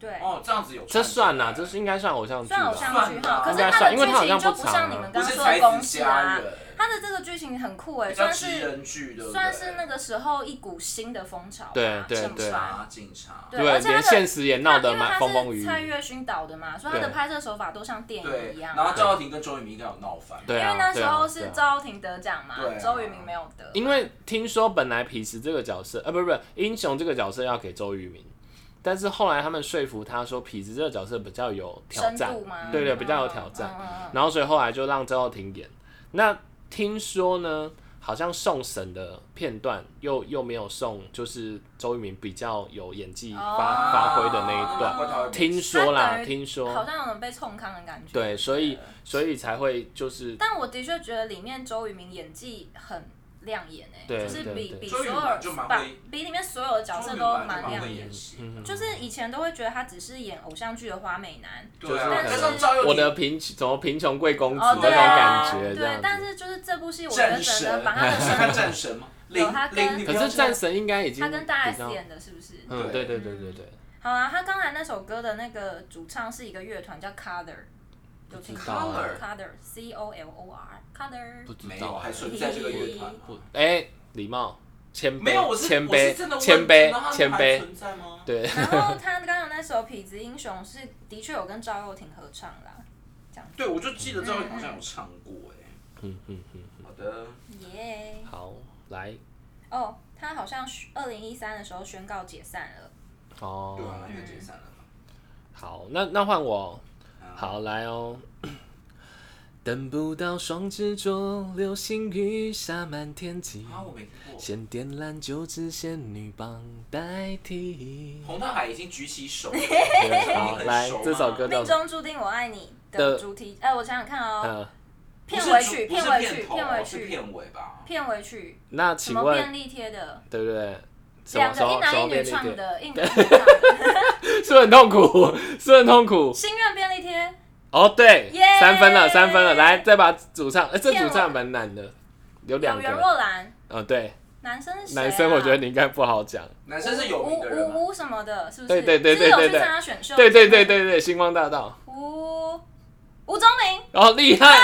[SPEAKER 3] 对，
[SPEAKER 1] 哦，这样子有串
[SPEAKER 2] 这
[SPEAKER 1] 起来
[SPEAKER 2] 算啊啦，这是应该算偶像剧
[SPEAKER 3] 算偶
[SPEAKER 2] 吧？
[SPEAKER 3] 像剧哈，可
[SPEAKER 1] 算吧应
[SPEAKER 3] 是
[SPEAKER 1] 该
[SPEAKER 3] 它
[SPEAKER 2] 算
[SPEAKER 3] 的
[SPEAKER 2] 因为
[SPEAKER 3] 剧
[SPEAKER 2] 它好
[SPEAKER 3] 情
[SPEAKER 2] 像
[SPEAKER 3] 就
[SPEAKER 2] 不
[SPEAKER 3] 不
[SPEAKER 2] 长
[SPEAKER 3] 像你
[SPEAKER 2] 啊
[SPEAKER 3] 们刚
[SPEAKER 1] 不
[SPEAKER 3] 刚
[SPEAKER 1] 是
[SPEAKER 3] 说
[SPEAKER 1] 才
[SPEAKER 3] 的公
[SPEAKER 1] 子
[SPEAKER 3] 式
[SPEAKER 1] 佳
[SPEAKER 3] 啊，
[SPEAKER 1] 人，
[SPEAKER 3] 它的这个剧情很酷哎、
[SPEAKER 1] 比较
[SPEAKER 3] 算
[SPEAKER 1] 职
[SPEAKER 3] 是
[SPEAKER 1] 人剧，对不对？
[SPEAKER 3] 算是那个时候一股新的风潮吧，
[SPEAKER 2] 对对
[SPEAKER 3] 是不是
[SPEAKER 2] 对
[SPEAKER 3] 啊
[SPEAKER 1] 啊，警察，
[SPEAKER 3] 对而且它
[SPEAKER 2] 连
[SPEAKER 3] 的
[SPEAKER 2] 现实也闹得
[SPEAKER 3] 因为
[SPEAKER 2] 蛮
[SPEAKER 3] 它
[SPEAKER 2] 风风雨
[SPEAKER 3] 是
[SPEAKER 2] 雨。
[SPEAKER 3] 蔡岳勋导的嘛，所以他的
[SPEAKER 2] 对
[SPEAKER 3] 拍摄手法都像电影
[SPEAKER 1] 对，
[SPEAKER 3] 一样啊
[SPEAKER 1] 然。后赵又廷跟周渝民应该有闹翻，
[SPEAKER 2] 对
[SPEAKER 3] 因
[SPEAKER 2] 啊
[SPEAKER 3] 为，那
[SPEAKER 2] 对
[SPEAKER 3] 时
[SPEAKER 2] 啊
[SPEAKER 3] 候
[SPEAKER 2] 对
[SPEAKER 3] 是
[SPEAKER 2] 啊
[SPEAKER 3] 赵又廷得奖嘛
[SPEAKER 1] 对啊，
[SPEAKER 3] 周渝民没有得。
[SPEAKER 2] 因为听说本来皮实这个角色，呃，不是不是，英雄这个角色要给周渝民，但是后来他们说服他说皮实这个角色比较有挑
[SPEAKER 3] 深
[SPEAKER 2] 战
[SPEAKER 3] 度，吗？
[SPEAKER 2] 对对，比较有
[SPEAKER 3] 嗯
[SPEAKER 2] 挑战，。
[SPEAKER 3] 嗯嗯嗯
[SPEAKER 2] 然后所以后来就让周耀廷演。那听说呢，好像送审的片段又又没有送，就是周渝民比较有演技发、
[SPEAKER 3] 哦
[SPEAKER 2] 发挥的那一
[SPEAKER 1] 难
[SPEAKER 2] 段，
[SPEAKER 1] 怪他会被
[SPEAKER 2] 听说
[SPEAKER 3] 他
[SPEAKER 2] 啦，
[SPEAKER 3] 等于
[SPEAKER 2] 听
[SPEAKER 3] 哦好
[SPEAKER 2] 说，
[SPEAKER 3] 像有种被冲康的感觉。
[SPEAKER 2] 对，所以所以才会就是
[SPEAKER 3] 但我的确觉得里面周渝民演技很亮眼诶、
[SPEAKER 2] 对
[SPEAKER 3] 就是
[SPEAKER 2] 对
[SPEAKER 3] 比
[SPEAKER 2] 对
[SPEAKER 3] 比
[SPEAKER 1] 周
[SPEAKER 3] 所
[SPEAKER 1] 渝民
[SPEAKER 3] 有
[SPEAKER 1] 就蛮
[SPEAKER 3] 把
[SPEAKER 1] 会
[SPEAKER 3] 比里面所有的角色
[SPEAKER 1] 周渝民
[SPEAKER 3] 都
[SPEAKER 1] 本来就
[SPEAKER 3] 蛮
[SPEAKER 1] 蛮
[SPEAKER 3] 亮
[SPEAKER 1] 会
[SPEAKER 3] 眼
[SPEAKER 1] 演。戏，
[SPEAKER 2] 嗯
[SPEAKER 3] 就是以前都会觉得他只是演偶像剧的花美男，
[SPEAKER 2] 就是
[SPEAKER 1] 对啊，
[SPEAKER 2] 可
[SPEAKER 1] 加上
[SPEAKER 2] 能
[SPEAKER 1] 赵又廷
[SPEAKER 2] 我的贫怎么贫穷贵公子
[SPEAKER 3] 哦
[SPEAKER 2] 嗯那种
[SPEAKER 3] 对
[SPEAKER 2] 感
[SPEAKER 3] 啊，
[SPEAKER 2] 觉这
[SPEAKER 3] 对
[SPEAKER 2] 样，子。
[SPEAKER 3] 但是就是这部戏，我觉得
[SPEAKER 1] 战
[SPEAKER 3] 整
[SPEAKER 1] 神
[SPEAKER 3] 个把他的
[SPEAKER 1] 你看
[SPEAKER 3] 身
[SPEAKER 1] 战神吗？
[SPEAKER 3] 有
[SPEAKER 1] 零
[SPEAKER 3] 他跟
[SPEAKER 1] 零，你不
[SPEAKER 2] 可
[SPEAKER 1] 要
[SPEAKER 2] 是
[SPEAKER 1] 这样
[SPEAKER 2] 战神应该已经
[SPEAKER 3] 他跟大
[SPEAKER 2] 比
[SPEAKER 3] S
[SPEAKER 2] 较
[SPEAKER 3] 演的是不是？
[SPEAKER 2] 嗯，对
[SPEAKER 1] 对
[SPEAKER 2] 对对对对，
[SPEAKER 3] 好啊，他刚才那首歌的那个主唱是一个乐团叫 Color，有
[SPEAKER 2] 不
[SPEAKER 3] 听过
[SPEAKER 2] 知道
[SPEAKER 1] 啊
[SPEAKER 3] Color C O L O R Color，
[SPEAKER 2] 不知
[SPEAKER 1] 没有，
[SPEAKER 2] 道啊
[SPEAKER 1] 还存在这个乐团吗？
[SPEAKER 2] 不哎，礼貌，谦卑，
[SPEAKER 1] 没有，我是
[SPEAKER 2] 谦
[SPEAKER 1] 我是
[SPEAKER 2] 卑
[SPEAKER 1] 真的，问
[SPEAKER 2] 谦卑
[SPEAKER 1] 那他，们
[SPEAKER 2] 谦
[SPEAKER 1] 还
[SPEAKER 2] 卑，
[SPEAKER 1] 存在吗？
[SPEAKER 2] 对，
[SPEAKER 3] 然后他刚刚有那首《痞子英雄》是的确有跟赵又廷合唱啦，
[SPEAKER 1] 对，我就记得赵丽好像有唱过哎。
[SPEAKER 2] 嗯嗯嗯，
[SPEAKER 1] 好的，
[SPEAKER 3] 耶、
[SPEAKER 2] 好，来，
[SPEAKER 3] 哦，他好像二零一三的时候宣告解散了。
[SPEAKER 2] 哦
[SPEAKER 1] 对，啊，那解散了嘛。
[SPEAKER 2] 好，那那换我，
[SPEAKER 1] 啊，
[SPEAKER 2] 好来哦。等不到双执着，流星雨洒满天际，
[SPEAKER 1] 啊，我没听过。
[SPEAKER 2] 先点燃九支仙女棒代替。
[SPEAKER 1] 洪大海已经举起 手了，
[SPEAKER 2] 好，
[SPEAKER 1] 很
[SPEAKER 2] 来
[SPEAKER 1] 熟吗
[SPEAKER 2] 这首歌叫
[SPEAKER 3] 命
[SPEAKER 2] 什么？
[SPEAKER 3] 中注定我爱你
[SPEAKER 2] 的
[SPEAKER 3] 的主题，哎、我想想看哦，
[SPEAKER 2] 嗯，
[SPEAKER 1] 不
[SPEAKER 3] 片
[SPEAKER 1] 是
[SPEAKER 3] 尾
[SPEAKER 1] 主
[SPEAKER 3] 曲，
[SPEAKER 1] 不是
[SPEAKER 3] 片尾曲，
[SPEAKER 1] 片头啊
[SPEAKER 3] 片尾
[SPEAKER 1] 是
[SPEAKER 3] 曲，
[SPEAKER 1] 片尾吧？
[SPEAKER 3] 片尾曲，
[SPEAKER 2] 那
[SPEAKER 3] 什
[SPEAKER 2] 请
[SPEAKER 3] 么
[SPEAKER 2] 问
[SPEAKER 3] 便利贴的，
[SPEAKER 2] 对不对？什
[SPEAKER 3] 两
[SPEAKER 2] 么时
[SPEAKER 3] 个
[SPEAKER 2] 候
[SPEAKER 3] 一
[SPEAKER 2] 什
[SPEAKER 3] 男
[SPEAKER 2] 么
[SPEAKER 3] 一
[SPEAKER 2] 便
[SPEAKER 3] 女
[SPEAKER 2] 利
[SPEAKER 3] 唱
[SPEAKER 2] 贴？
[SPEAKER 3] 的，一男一女唱
[SPEAKER 2] 是
[SPEAKER 3] 的，
[SPEAKER 2] 不是很痛苦？是不是很痛苦。
[SPEAKER 3] 心愿便利贴，
[SPEAKER 2] 哦，对
[SPEAKER 3] 耶
[SPEAKER 2] 三分了，三分了，来再把主唱，哎，这主唱蛮难的，有两
[SPEAKER 3] 有袁
[SPEAKER 2] 个，
[SPEAKER 3] 若兰，
[SPEAKER 2] 嗯，对，
[SPEAKER 3] 男生是谁、啊？
[SPEAKER 2] 男生我觉得你应该不好讲。
[SPEAKER 1] 男生是有名的人啊吗？
[SPEAKER 3] 吴吴什么的，是不
[SPEAKER 2] 对
[SPEAKER 3] 是？
[SPEAKER 2] 对对对
[SPEAKER 3] 是不
[SPEAKER 2] 对
[SPEAKER 3] 是有去
[SPEAKER 2] 对
[SPEAKER 3] 参加选秀，
[SPEAKER 2] 对对对，对对，星光大道，
[SPEAKER 3] 吴吴宗明，《
[SPEAKER 2] 哦，厉害！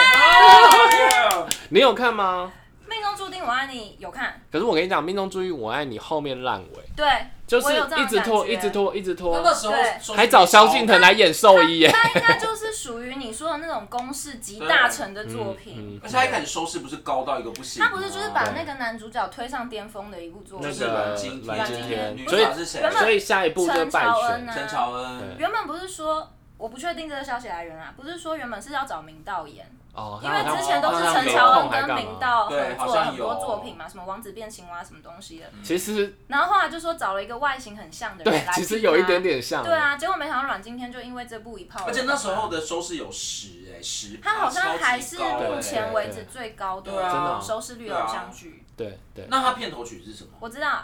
[SPEAKER 1] 啊
[SPEAKER 2] 你有看吗？
[SPEAKER 3] 命中注定我爱你》有看，
[SPEAKER 2] 可是我跟你讲，《命中注定我爱你》后面烂尾，
[SPEAKER 3] 对，
[SPEAKER 2] 就是
[SPEAKER 3] 我有这
[SPEAKER 2] 一
[SPEAKER 3] 种
[SPEAKER 2] 直拖，
[SPEAKER 3] 感觉
[SPEAKER 2] 一直拖，一直
[SPEAKER 1] 那那
[SPEAKER 2] 拖，
[SPEAKER 1] 时候
[SPEAKER 3] 对
[SPEAKER 1] 说
[SPEAKER 2] 还找萧敬腾来演兽医耶。
[SPEAKER 3] 他应该就是属于你说的那种公式集大成的作品。
[SPEAKER 2] 嗯
[SPEAKER 1] 而且他一开始收视不是高到一个不行吗，
[SPEAKER 3] 他不是就是把那个男主角推上巅峰的一部作
[SPEAKER 2] 那啊
[SPEAKER 3] 品，
[SPEAKER 1] 是
[SPEAKER 2] 个
[SPEAKER 1] 阮经
[SPEAKER 2] 阮
[SPEAKER 3] 经
[SPEAKER 2] 天
[SPEAKER 1] 女主
[SPEAKER 2] 所以
[SPEAKER 1] 角是谁？
[SPEAKER 3] 原本
[SPEAKER 2] 所以下一步就
[SPEAKER 3] 陈
[SPEAKER 2] 败
[SPEAKER 3] 乔恩
[SPEAKER 2] 选。
[SPEAKER 3] 啊，
[SPEAKER 1] 陈乔恩，
[SPEAKER 3] 原本不是说我不确定这个消息来源啊，不是说原本是要找明道演，
[SPEAKER 2] 哦，
[SPEAKER 3] 因为
[SPEAKER 2] 他
[SPEAKER 3] 之前都是
[SPEAKER 2] 他
[SPEAKER 3] 陈
[SPEAKER 2] 没
[SPEAKER 3] 乔
[SPEAKER 2] 空还干
[SPEAKER 3] 恩跟
[SPEAKER 2] 嘛
[SPEAKER 3] 明道合
[SPEAKER 1] 对好
[SPEAKER 3] 作
[SPEAKER 1] 像
[SPEAKER 3] 很多
[SPEAKER 1] 有
[SPEAKER 3] 作品嘛，什么王子变青蛙什么东西的，
[SPEAKER 2] 其实
[SPEAKER 3] 然后后来就说找了一个外形很像的人
[SPEAKER 2] 对
[SPEAKER 3] 来拼，啊
[SPEAKER 2] 其实有一点。点像。
[SPEAKER 3] 对，啊，结果没想到阮经天就因为这部一炮而红，
[SPEAKER 1] 而且那时候的收视有十哎十，
[SPEAKER 3] 他好像还是
[SPEAKER 1] 超级高哎
[SPEAKER 3] 目前为止最高
[SPEAKER 1] 对啊
[SPEAKER 2] 真的哦
[SPEAKER 3] 的收视率偶像剧。
[SPEAKER 2] 对对。
[SPEAKER 1] 那他片头曲是什么？
[SPEAKER 3] 我知道，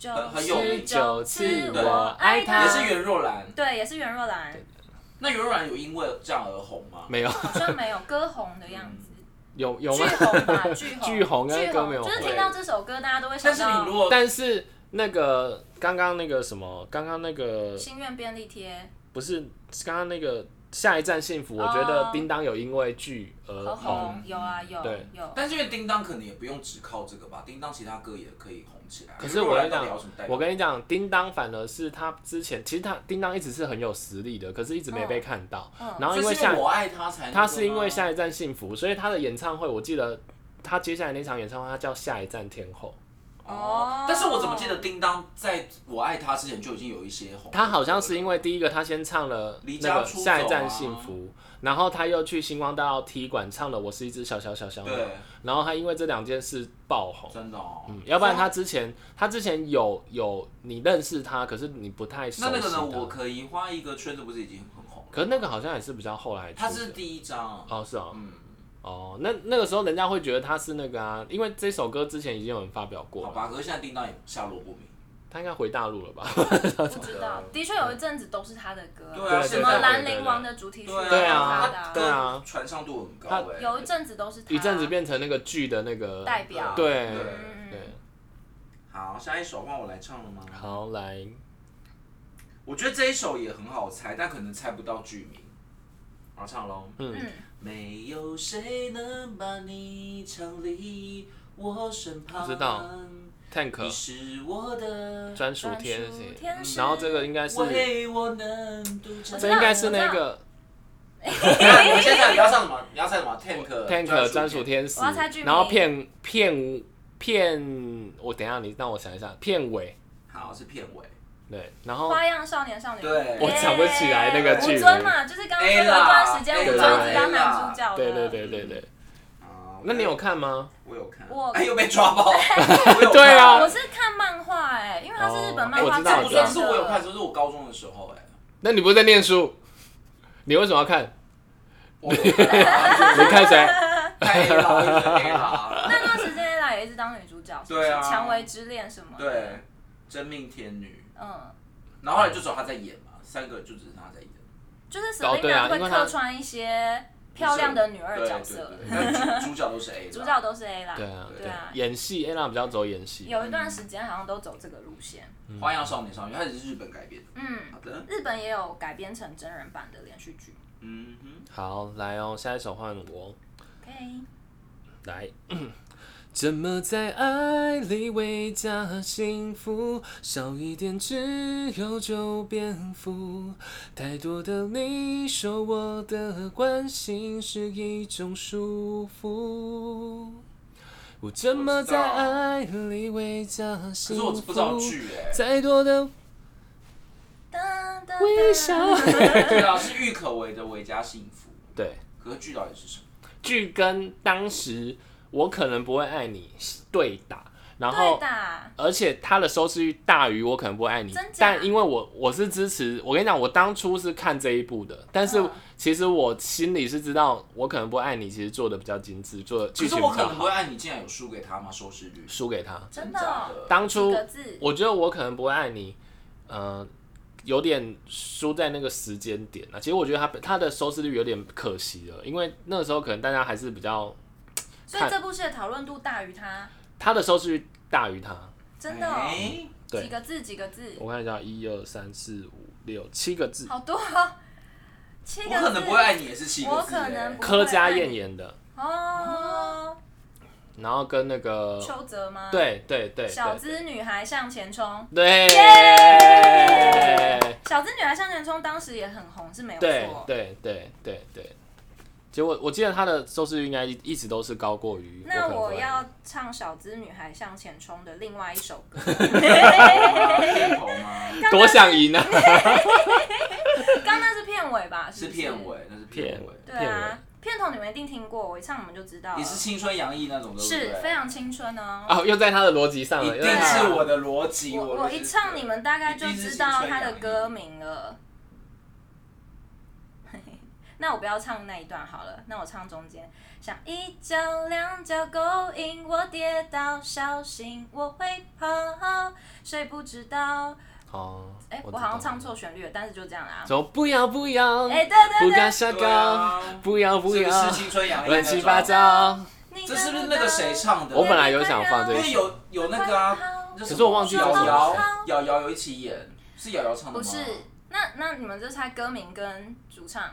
[SPEAKER 3] 九
[SPEAKER 1] 很很有
[SPEAKER 3] 十
[SPEAKER 1] 名
[SPEAKER 3] 九次我爱他，
[SPEAKER 1] 也是袁若兰。
[SPEAKER 3] 对，也是袁若兰，
[SPEAKER 1] 那袁若兰有因为这样而红吗？
[SPEAKER 2] 没有，
[SPEAKER 3] 好像没有歌红的样子，
[SPEAKER 2] 有有
[SPEAKER 3] 巨
[SPEAKER 2] 吗？
[SPEAKER 3] 红吧，巨红，
[SPEAKER 2] 巨
[SPEAKER 3] 巨
[SPEAKER 2] 红跟歌没有
[SPEAKER 3] 就是
[SPEAKER 1] 红
[SPEAKER 3] 听到这首歌，大家都会
[SPEAKER 1] 嗯但
[SPEAKER 3] 想
[SPEAKER 1] 是你如
[SPEAKER 3] 到
[SPEAKER 1] 果
[SPEAKER 2] 但是那个刚刚那个什么，刚刚那个
[SPEAKER 3] 心愿便利贴，
[SPEAKER 2] 不是刚刚那个下一站幸福，我觉
[SPEAKER 3] 哦
[SPEAKER 2] 得叮当有因为剧而
[SPEAKER 3] 和
[SPEAKER 2] 红。
[SPEAKER 3] 红有啊有
[SPEAKER 2] 嗯对
[SPEAKER 3] 有，
[SPEAKER 1] 但是因为叮当可能也不用只靠这个吧，叮当其他歌也可以红起来。
[SPEAKER 2] 可是我跟你
[SPEAKER 1] 到
[SPEAKER 2] 讲
[SPEAKER 1] 底要什么代，表
[SPEAKER 2] 我跟你讲，叮当反而是他之前，其实他叮当一直是很有实力的，可是一直没被看到。
[SPEAKER 3] 嗯
[SPEAKER 2] 然后因
[SPEAKER 1] 所
[SPEAKER 2] 为
[SPEAKER 1] 以
[SPEAKER 2] 下
[SPEAKER 1] 是我爱他才那个吗，
[SPEAKER 2] 他是因为下一站幸福，所以他的演唱会，我记得他接下来那场演唱会，他叫下一站天后。
[SPEAKER 1] 哦，但是我怎么记得叮当在我爱他之前就已经有一些红了？
[SPEAKER 2] 他好像是因为第一个，他先唱了
[SPEAKER 1] 离
[SPEAKER 2] 那
[SPEAKER 1] 家
[SPEAKER 2] 个
[SPEAKER 1] 出走啊
[SPEAKER 2] 下一站幸福，然后他又去星光大道踢馆唱了《我是一只小小小小鸟》，
[SPEAKER 1] 对，
[SPEAKER 2] 然后他因为这两件事爆红。
[SPEAKER 1] 真的哦，
[SPEAKER 2] 嗯，要不然他之前他之前有有你认识他，可是你不太熟
[SPEAKER 1] 那那
[SPEAKER 2] 悉
[SPEAKER 1] 个呢？
[SPEAKER 2] 他。
[SPEAKER 1] 我可以画一个圈子，不是已经很红了？
[SPEAKER 2] 可是那个好像也是比较后来出的。
[SPEAKER 1] 他是第一张，
[SPEAKER 2] 哦，是哦，
[SPEAKER 1] 嗯，
[SPEAKER 2] 哦，那那个时候人家会觉得他是那个啊，因为这首歌之前已经有人发表过
[SPEAKER 1] 好
[SPEAKER 2] 了，
[SPEAKER 1] 吧。可是现在叮当也下落不明。
[SPEAKER 2] 他应该回大陆了吧？
[SPEAKER 3] 不知
[SPEAKER 2] 呃
[SPEAKER 3] 道，的确有一阵子都是他的歌
[SPEAKER 1] 对啊
[SPEAKER 3] 啊，什
[SPEAKER 1] 现
[SPEAKER 3] 么
[SPEAKER 1] 在
[SPEAKER 3] 《兰陵王》的主题曲都是
[SPEAKER 2] 对
[SPEAKER 3] 他
[SPEAKER 2] 啊
[SPEAKER 3] 的啊
[SPEAKER 1] 他
[SPEAKER 2] 对啊
[SPEAKER 1] 歌传唱度很高
[SPEAKER 2] 他
[SPEAKER 1] 哎，
[SPEAKER 3] 有一阵子都是他
[SPEAKER 2] 一阵子变成那个剧的那个
[SPEAKER 3] 代表，
[SPEAKER 2] 对
[SPEAKER 1] 对
[SPEAKER 3] 嗯
[SPEAKER 2] 对，
[SPEAKER 1] 好，下一首换我来唱了吗？
[SPEAKER 2] 好来，
[SPEAKER 1] 我觉得这一首也很好猜，但可能猜不到剧名。我要唱喽。
[SPEAKER 2] 嗯
[SPEAKER 3] 嗯，
[SPEAKER 1] 没有谁能把你唱离我身旁。
[SPEAKER 2] 知道
[SPEAKER 1] 你
[SPEAKER 2] Tank
[SPEAKER 1] 是我的，
[SPEAKER 2] 专属天
[SPEAKER 3] 专属天
[SPEAKER 2] 使，嗯
[SPEAKER 3] 使
[SPEAKER 2] 然后这个应该是，
[SPEAKER 1] 为我能独占。
[SPEAKER 2] 这应该是那个
[SPEAKER 1] 你现在你要唱什么？你要唱什么？Tank
[SPEAKER 2] Tank 专属天使
[SPEAKER 3] 我要猜剧，名
[SPEAKER 2] 然后片片片，我等一下你让我想一下，片尾
[SPEAKER 1] 好是片尾。
[SPEAKER 2] 对，然后
[SPEAKER 3] 花样少年少女，
[SPEAKER 1] 对
[SPEAKER 2] 我想不起来那个剧名
[SPEAKER 3] 吴尊嘛，就是刚刚说有一段时间
[SPEAKER 1] A
[SPEAKER 3] 吴尊
[SPEAKER 2] 啦
[SPEAKER 3] 是当男主角的，嗯
[SPEAKER 2] 对对对对对，
[SPEAKER 1] 啊
[SPEAKER 2] 那你有？看吗？
[SPEAKER 1] 我有看。
[SPEAKER 3] 我
[SPEAKER 1] 哎，又被抓 包。我有看
[SPEAKER 2] 对啊
[SPEAKER 3] 我是看漫画哎，因为它是日本漫
[SPEAKER 2] 哦
[SPEAKER 3] 画
[SPEAKER 2] 我知道
[SPEAKER 1] 这
[SPEAKER 3] 改
[SPEAKER 1] 不
[SPEAKER 2] 知道
[SPEAKER 3] 编
[SPEAKER 1] 算
[SPEAKER 3] 的，
[SPEAKER 1] 是我有看，这是我高中的时候哎。
[SPEAKER 2] 那你不是在念书？你为什么要 看？
[SPEAKER 1] 我有看
[SPEAKER 2] 你看谁？
[SPEAKER 1] 太老了，太老了。
[SPEAKER 3] 那段时间 A 也一直当女主角，是不是
[SPEAKER 1] 对啊
[SPEAKER 3] 蔷薇之恋什么的，
[SPEAKER 1] 对，真命天女，
[SPEAKER 3] 嗯，
[SPEAKER 1] 然后后来就只有她在演嘛，三个就只是她在演。
[SPEAKER 3] 就是
[SPEAKER 2] 哦对啊
[SPEAKER 3] Selina 会
[SPEAKER 2] 因为它
[SPEAKER 3] 客串一些漂亮的女二
[SPEAKER 1] 对
[SPEAKER 3] 角
[SPEAKER 1] 对
[SPEAKER 3] 色，
[SPEAKER 1] 对，但主主 角都是 A，啦
[SPEAKER 3] 主角都是 A 啦。
[SPEAKER 2] 对啊，
[SPEAKER 3] 对啊，
[SPEAKER 2] 演戏 Ella 比较走演戏，
[SPEAKER 3] 有一段时间好像都走这个路线。
[SPEAKER 1] 花样少年少女，它也是日本改编的。
[SPEAKER 3] 嗯，
[SPEAKER 1] 好的，
[SPEAKER 3] 日本也有改编成真人版的连续剧。
[SPEAKER 1] 嗯哼，
[SPEAKER 2] 好，来哦，下一首换我
[SPEAKER 3] OK，
[SPEAKER 2] 来。怎么在爱里为家幸福？少一点只有九蝙蝠。太多的你说我的关心是一种束缚。我怎么在爱里为家
[SPEAKER 1] 可是
[SPEAKER 2] 幸福？
[SPEAKER 1] 我不知道剧哎、
[SPEAKER 2] 再多的
[SPEAKER 3] 噔噔
[SPEAKER 2] 微笑。
[SPEAKER 1] 对啊，是郁可唯的《维家幸福
[SPEAKER 2] 对，》，
[SPEAKER 1] 可是剧到底是什么？
[SPEAKER 2] 剧跟当时我可能不会爱你对打，然
[SPEAKER 3] 对
[SPEAKER 2] 后
[SPEAKER 3] 的，
[SPEAKER 2] 而且它的收视率大于我可能不爱你
[SPEAKER 3] 真，假
[SPEAKER 2] 但因为我我是支持，我跟你讲，我当初是看这一部的，但是
[SPEAKER 3] 嗯
[SPEAKER 2] 其实我心里是知道，我可能不爱你，其实做的比较精致，做的
[SPEAKER 1] 可
[SPEAKER 2] 剧
[SPEAKER 1] 是
[SPEAKER 2] 情
[SPEAKER 1] 我
[SPEAKER 2] 比
[SPEAKER 1] 可
[SPEAKER 2] 较
[SPEAKER 1] 能不
[SPEAKER 2] 好，
[SPEAKER 1] 会爱你，竟然有输给他吗？收视率
[SPEAKER 2] 输给他。
[SPEAKER 3] 真
[SPEAKER 1] 的假
[SPEAKER 3] 的。哦
[SPEAKER 1] 的？
[SPEAKER 2] 当初
[SPEAKER 3] 几个字，
[SPEAKER 2] 我觉得我可能不会爱你，呃，有点输在那个时间点啊。其实我觉得他他的收视率有点可惜了，因为那个时候可能大家还是比较
[SPEAKER 3] 所以这部戏的讨论度大于它，
[SPEAKER 2] 他的收视率大于他。
[SPEAKER 3] 真的哦。
[SPEAKER 1] 哎
[SPEAKER 2] 对
[SPEAKER 3] 几个字，几个字，
[SPEAKER 2] 我看一下，一二三四五六七个字，
[SPEAKER 3] 好多哦，七个
[SPEAKER 1] 我
[SPEAKER 3] 字。
[SPEAKER 1] 可能不会爱你也是七个字、哎
[SPEAKER 3] 我可能不啊
[SPEAKER 2] 柯佳燕演的，
[SPEAKER 3] 哦，
[SPEAKER 2] 然后跟那个
[SPEAKER 3] 邱泽吗？，
[SPEAKER 2] 呃对对对
[SPEAKER 3] 啊小
[SPEAKER 2] 对
[SPEAKER 3] 资女孩向前冲。
[SPEAKER 2] 对
[SPEAKER 3] 小资女孩向前冲当时也很红，是没有
[SPEAKER 2] 对
[SPEAKER 3] 错。
[SPEAKER 2] 对对对对，结果我记得他的收视率应该一直都是高过于可
[SPEAKER 3] 那
[SPEAKER 2] 能不
[SPEAKER 3] 我
[SPEAKER 2] 会
[SPEAKER 3] 要唱《小资女孩向前冲》的另外一首歌，
[SPEAKER 1] 片头哎吗？
[SPEAKER 2] 多想赢啊！
[SPEAKER 3] 刚刚那是片尾吧？
[SPEAKER 1] 是
[SPEAKER 3] 不
[SPEAKER 1] 片。尾，那是片尾。
[SPEAKER 3] 对啊，片头你们一定听过，我一唱你们就知道了。
[SPEAKER 1] 也是青春洋溢那种，对不对
[SPEAKER 3] 是非常青春哦。
[SPEAKER 2] 哦， 又在他的逻辑上
[SPEAKER 1] 一
[SPEAKER 2] 了，又
[SPEAKER 1] 定
[SPEAKER 2] 在他
[SPEAKER 1] 是我的逻辑。
[SPEAKER 3] 啊我
[SPEAKER 1] 我呃
[SPEAKER 3] 我一唱，你们大概就
[SPEAKER 1] 一定是
[SPEAKER 3] 知道
[SPEAKER 1] 青春
[SPEAKER 3] 他
[SPEAKER 1] 洋
[SPEAKER 3] 的
[SPEAKER 1] 溢
[SPEAKER 3] 歌名了。 那我不要唱那一段好了，那我唱中间。想一脚两脚勾引我跌倒，小心我会跑，谁不知道？
[SPEAKER 2] 哦，
[SPEAKER 3] 哎、
[SPEAKER 2] 知
[SPEAKER 3] 我
[SPEAKER 2] 道
[SPEAKER 3] 好像唱，错旋律了，但是就这样啦。
[SPEAKER 2] 说不要不要，
[SPEAKER 3] 哎、对对
[SPEAKER 2] 不
[SPEAKER 3] 对
[SPEAKER 2] 敢，下
[SPEAKER 1] 对
[SPEAKER 2] 岗，
[SPEAKER 1] 啊
[SPEAKER 2] 不要不
[SPEAKER 1] 是不
[SPEAKER 2] 要
[SPEAKER 1] 是，青春洋溢那
[SPEAKER 2] 乱
[SPEAKER 1] 种
[SPEAKER 2] 七八。糟。
[SPEAKER 3] 你
[SPEAKER 1] 这是不是那个谁唱的？
[SPEAKER 2] 我本来有想放这
[SPEAKER 1] 因
[SPEAKER 2] 个
[SPEAKER 1] 为有有那个啊，
[SPEAKER 3] 可
[SPEAKER 2] 是我忘记
[SPEAKER 1] 瑶
[SPEAKER 2] 叫什
[SPEAKER 1] 瑶
[SPEAKER 3] 么
[SPEAKER 1] 瑶瑶有一起演，是瑶瑶唱的吗？
[SPEAKER 3] 不是？那那你们就猜歌名跟主唱，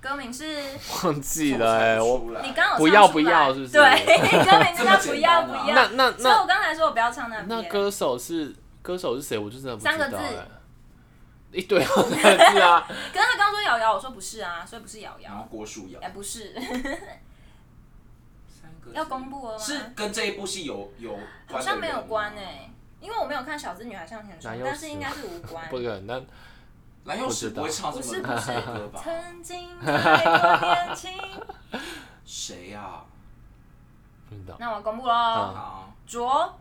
[SPEAKER 3] 歌名是。
[SPEAKER 2] 忘记了哎，我
[SPEAKER 3] 你刚好
[SPEAKER 2] 不要不要是不是
[SPEAKER 3] 对， 歌名就叫
[SPEAKER 1] 这
[SPEAKER 3] 不
[SPEAKER 1] 么简
[SPEAKER 3] 要
[SPEAKER 1] 单
[SPEAKER 3] 不
[SPEAKER 1] 啊
[SPEAKER 3] 要。
[SPEAKER 2] 那那
[SPEAKER 3] 所以
[SPEAKER 2] 那
[SPEAKER 3] 我刚才说我不要唱那
[SPEAKER 2] 那
[SPEAKER 3] 边。
[SPEAKER 2] 歌手是歌手是谁？我就真的不知道、
[SPEAKER 3] 三个字
[SPEAKER 2] 哎，一堆好三个字啊！
[SPEAKER 3] 可是他刚说瑶瑶，我说不是啊，所以不是瑶
[SPEAKER 1] 然后
[SPEAKER 2] 哦
[SPEAKER 3] 瑶，
[SPEAKER 1] 郭书瑶
[SPEAKER 3] 哎、，不是，
[SPEAKER 1] 三个字
[SPEAKER 3] 要公布了哦吗？
[SPEAKER 1] 是跟这一部戏有有关的
[SPEAKER 3] 好像没有
[SPEAKER 1] 人吗
[SPEAKER 3] 关哎、因为我没有看《小资女孩向前冲
[SPEAKER 2] 哪》，有
[SPEAKER 3] 但是应该是无关
[SPEAKER 2] 不。可能，
[SPEAKER 1] 蓝又时不会唱这
[SPEAKER 3] 不是
[SPEAKER 1] 么
[SPEAKER 3] 不是
[SPEAKER 1] 多歌吧？
[SPEAKER 3] 曾经太过年轻，
[SPEAKER 1] 谁啊呀？
[SPEAKER 2] 不知道。
[SPEAKER 3] 那我公布喽，
[SPEAKER 2] 嗯
[SPEAKER 1] 好，
[SPEAKER 3] 卓
[SPEAKER 1] 啊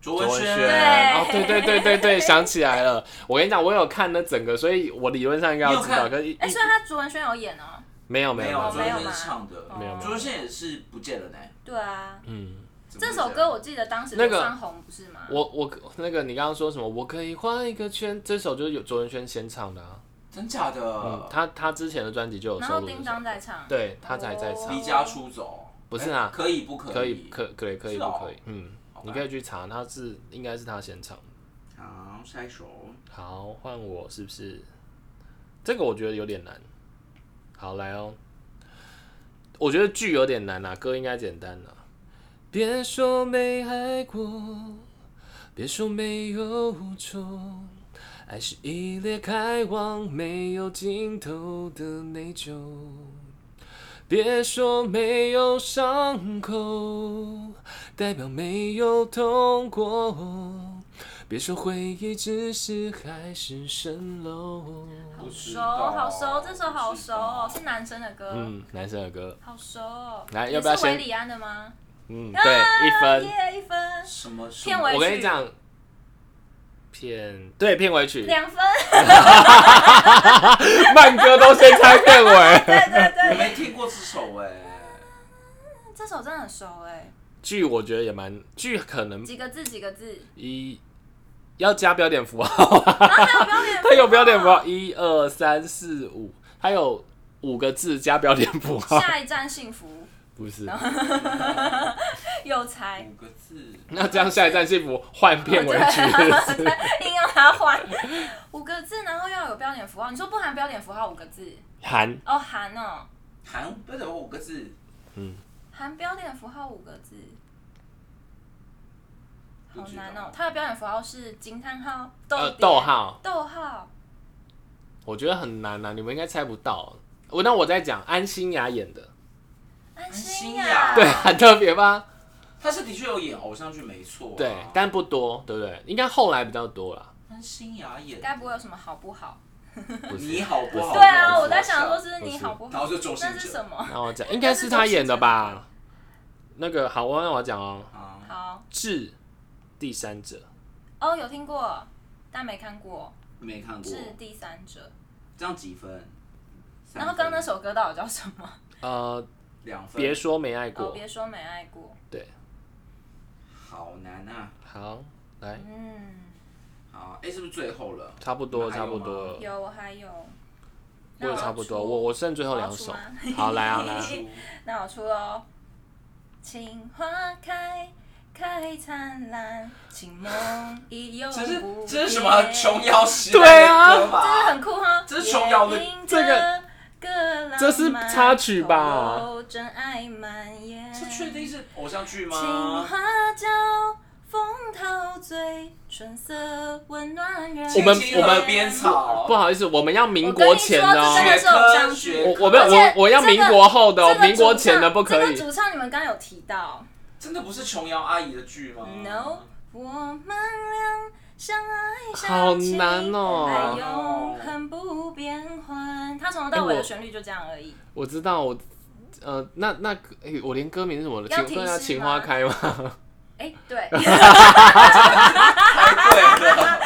[SPEAKER 1] 卓文萱，
[SPEAKER 2] 对
[SPEAKER 3] 对
[SPEAKER 2] 哦，对对对对对，想起来了。我跟你讲，我有看那整个，所以我理论上应该要知
[SPEAKER 1] 你
[SPEAKER 2] 道，
[SPEAKER 1] 有看
[SPEAKER 2] 可是一
[SPEAKER 3] 哎，虽然他卓文萱有演哦，
[SPEAKER 2] 没有
[SPEAKER 1] 没
[SPEAKER 2] 没
[SPEAKER 1] 有，
[SPEAKER 2] 有
[SPEAKER 1] 卓
[SPEAKER 2] 没
[SPEAKER 3] 没
[SPEAKER 2] 有，
[SPEAKER 1] 文
[SPEAKER 3] 有
[SPEAKER 1] 萱
[SPEAKER 3] 吗
[SPEAKER 1] 是唱的，
[SPEAKER 2] 没有没
[SPEAKER 1] 卓文萱也是不见了呢。
[SPEAKER 3] 对啊，
[SPEAKER 2] 嗯，
[SPEAKER 1] 怎么
[SPEAKER 3] 这
[SPEAKER 1] 会
[SPEAKER 3] 首
[SPEAKER 1] 样
[SPEAKER 3] 歌我记得当时
[SPEAKER 2] 那
[SPEAKER 3] 流
[SPEAKER 2] 个
[SPEAKER 3] 川红不是吗？
[SPEAKER 2] 我我那个你刚刚说什么？我可以画一个圈，这首就是有卓文萱先唱的啊。
[SPEAKER 1] 真假
[SPEAKER 2] 嗯，
[SPEAKER 1] 的，
[SPEAKER 2] 她她之前的专辑就有
[SPEAKER 3] 然
[SPEAKER 2] 收
[SPEAKER 3] 后
[SPEAKER 2] 录这首
[SPEAKER 3] 叮当哦在唱，
[SPEAKER 2] 对她才在唱
[SPEAKER 1] 离。家出走
[SPEAKER 2] 不是啊
[SPEAKER 1] 哎可以不可以？
[SPEAKER 2] 可以可可以可以
[SPEAKER 1] 是
[SPEAKER 2] 不
[SPEAKER 1] 哦
[SPEAKER 2] 可以？嗯，
[SPEAKER 1] 好吧
[SPEAKER 2] 你可以去查，他是应该是他先唱。
[SPEAKER 1] 好，下一首。
[SPEAKER 2] 好，换我是不是？这个我觉得有点难。好，来哦。我觉得剧有点难啦、啊歌应该简单啊啦、别说没爱过，别说没有错，爱是一列开往没有尽头的内疚。别说没有伤口，代表没有痛过。别说回忆只是海市蜃楼。
[SPEAKER 3] 好
[SPEAKER 1] 不知
[SPEAKER 3] 熟，
[SPEAKER 1] 道
[SPEAKER 3] 好熟，这首好熟哦，
[SPEAKER 1] 不
[SPEAKER 3] 是男生的歌，
[SPEAKER 2] 嗯，男生的歌，
[SPEAKER 3] 好熟哦。
[SPEAKER 2] 来
[SPEAKER 3] 也
[SPEAKER 2] 要不要
[SPEAKER 3] 是韦
[SPEAKER 2] 先
[SPEAKER 3] 礼安的吗？
[SPEAKER 2] 嗯，对，一分。
[SPEAKER 3] 耶，一分，
[SPEAKER 1] 什么什
[SPEAKER 3] 啊片
[SPEAKER 1] 么
[SPEAKER 3] 尾曲
[SPEAKER 2] 我跟你讲，片对片尾曲，
[SPEAKER 3] 两分，
[SPEAKER 2] 慢歌都先猜片尾。
[SPEAKER 3] 对对
[SPEAKER 1] 我
[SPEAKER 3] 对，
[SPEAKER 1] 没听过这首哎、
[SPEAKER 3] 这首真的很熟哎，
[SPEAKER 2] 剧我觉得也蛮剧，可能
[SPEAKER 3] 几个字几 个字，
[SPEAKER 2] 一要加标点符号，
[SPEAKER 3] 啊，还有标点符号，
[SPEAKER 2] 它有标点符号，一二三四五，还有五个字加标点符号，
[SPEAKER 3] 下一站幸福，
[SPEAKER 2] 不是？
[SPEAKER 3] 又猜，
[SPEAKER 1] 五个字，
[SPEAKER 2] 那这样下一站幸福换片尾 曲是不是，
[SPEAKER 3] 硬要他换五个字，然后又要有标点符号。你说不含标点符号五个字，
[SPEAKER 2] 含
[SPEAKER 3] 哦含哦，
[SPEAKER 1] 含不是五个字，
[SPEAKER 3] 含标点符号五个字，
[SPEAKER 1] 不
[SPEAKER 3] 好
[SPEAKER 1] 知道
[SPEAKER 3] 难哦。它的标点符号是惊叹号、
[SPEAKER 2] 呃
[SPEAKER 3] 点
[SPEAKER 2] 逗、号，
[SPEAKER 3] 逗号。
[SPEAKER 2] 我觉得很难啊，你们应该猜不到。我那我在讲安心雅演的，
[SPEAKER 3] 安
[SPEAKER 1] 心
[SPEAKER 3] 心
[SPEAKER 1] 呀
[SPEAKER 3] 呀，
[SPEAKER 2] 对，很特别吧？
[SPEAKER 1] 他是的确有演偶像剧没错、啊，
[SPEAKER 2] 对，但不多，对不对？应该后来比较多 啦。
[SPEAKER 1] 安心雅演，
[SPEAKER 3] 该不会有什么好不好？
[SPEAKER 2] 不是
[SPEAKER 1] 你好
[SPEAKER 2] 哦
[SPEAKER 1] 不好？
[SPEAKER 3] 对啊，我在想说，是
[SPEAKER 2] 不
[SPEAKER 3] 你
[SPEAKER 2] 是
[SPEAKER 3] 好不
[SPEAKER 1] 然
[SPEAKER 3] 好
[SPEAKER 1] 后？就周星
[SPEAKER 3] 那是
[SPEAKER 1] 哲
[SPEAKER 3] 什 么？
[SPEAKER 2] 那我讲，应该是他演的吧？那个好，我那我讲哦，
[SPEAKER 1] 啊，
[SPEAKER 3] 好
[SPEAKER 2] 致第三者，
[SPEAKER 3] 哦，有听过，但没看过，
[SPEAKER 1] 没看过，
[SPEAKER 3] 是第三者。
[SPEAKER 1] 这样几分？三
[SPEAKER 3] 然后刚刚那
[SPEAKER 1] 分
[SPEAKER 3] 首歌到底叫什么？
[SPEAKER 2] 呃，
[SPEAKER 1] 两分，
[SPEAKER 2] 别说没爱
[SPEAKER 3] 哦，
[SPEAKER 2] 过
[SPEAKER 3] 别，说没爱过。
[SPEAKER 2] 对，
[SPEAKER 1] 好难啊，
[SPEAKER 2] 好，来，
[SPEAKER 3] 嗯，
[SPEAKER 1] 好，哎、是不是最后了？
[SPEAKER 2] 差不多，
[SPEAKER 1] 那还有
[SPEAKER 2] 差
[SPEAKER 1] 吗
[SPEAKER 2] 不多了，
[SPEAKER 3] 有我还有，
[SPEAKER 2] 我
[SPEAKER 3] 那
[SPEAKER 2] 也
[SPEAKER 3] 要
[SPEAKER 2] 差不多，
[SPEAKER 3] 出
[SPEAKER 2] 我我剩最后
[SPEAKER 3] 我要
[SPEAKER 2] 两
[SPEAKER 3] 出
[SPEAKER 2] 首
[SPEAKER 3] 吗，
[SPEAKER 2] 好，来啊，来 啊，
[SPEAKER 3] 那我出喽。情花开，开灿烂，情梦已永
[SPEAKER 1] 这是
[SPEAKER 3] 不
[SPEAKER 1] 这是什么
[SPEAKER 3] 变
[SPEAKER 1] 琼瑶时代
[SPEAKER 2] 啊
[SPEAKER 1] 的歌
[SPEAKER 3] 这是
[SPEAKER 1] 吧？
[SPEAKER 3] 很酷哈，
[SPEAKER 1] 这是琼瑶的
[SPEAKER 2] 这个。这是插曲吧？
[SPEAKER 3] 真爱蔓延。
[SPEAKER 1] 这确定是偶像剧
[SPEAKER 3] 青
[SPEAKER 1] 吗？
[SPEAKER 3] 花椒，风陶醉，春色温暖人
[SPEAKER 2] 我
[SPEAKER 1] 青
[SPEAKER 2] 们我
[SPEAKER 1] 青
[SPEAKER 2] 们
[SPEAKER 1] 河边草，
[SPEAKER 2] 不好意思，我我们要民
[SPEAKER 3] 我跟
[SPEAKER 2] 国
[SPEAKER 3] 你
[SPEAKER 2] 前
[SPEAKER 3] 说，
[SPEAKER 2] 的哦
[SPEAKER 3] 这真的，是偶像剧。
[SPEAKER 2] 我我不要
[SPEAKER 3] 而且
[SPEAKER 2] 我我要
[SPEAKER 3] 这个
[SPEAKER 2] 民国后的哦
[SPEAKER 3] 这，个
[SPEAKER 2] 民国
[SPEAKER 3] 主唱
[SPEAKER 2] 前的不可
[SPEAKER 3] 这个
[SPEAKER 2] 以。
[SPEAKER 3] 主唱你们刚刚有提到
[SPEAKER 1] 真的不是琼瑶阿姨的剧
[SPEAKER 2] 哦
[SPEAKER 1] 吗
[SPEAKER 3] ，No，我们俩相爱
[SPEAKER 2] 好
[SPEAKER 3] 相亲
[SPEAKER 2] 难哦
[SPEAKER 3] 爱永恒不变换。它从头到尾
[SPEAKER 2] 哎我
[SPEAKER 3] 的旋律就这样而已。
[SPEAKER 2] 我知道，我呃，那那诶我连歌名是什么了？
[SPEAKER 3] 要
[SPEAKER 2] 请问
[SPEAKER 3] 提
[SPEAKER 2] 要
[SPEAKER 3] 示
[SPEAKER 2] 情
[SPEAKER 3] 吗
[SPEAKER 2] 花开吗？
[SPEAKER 3] 哎， 对
[SPEAKER 1] 对了，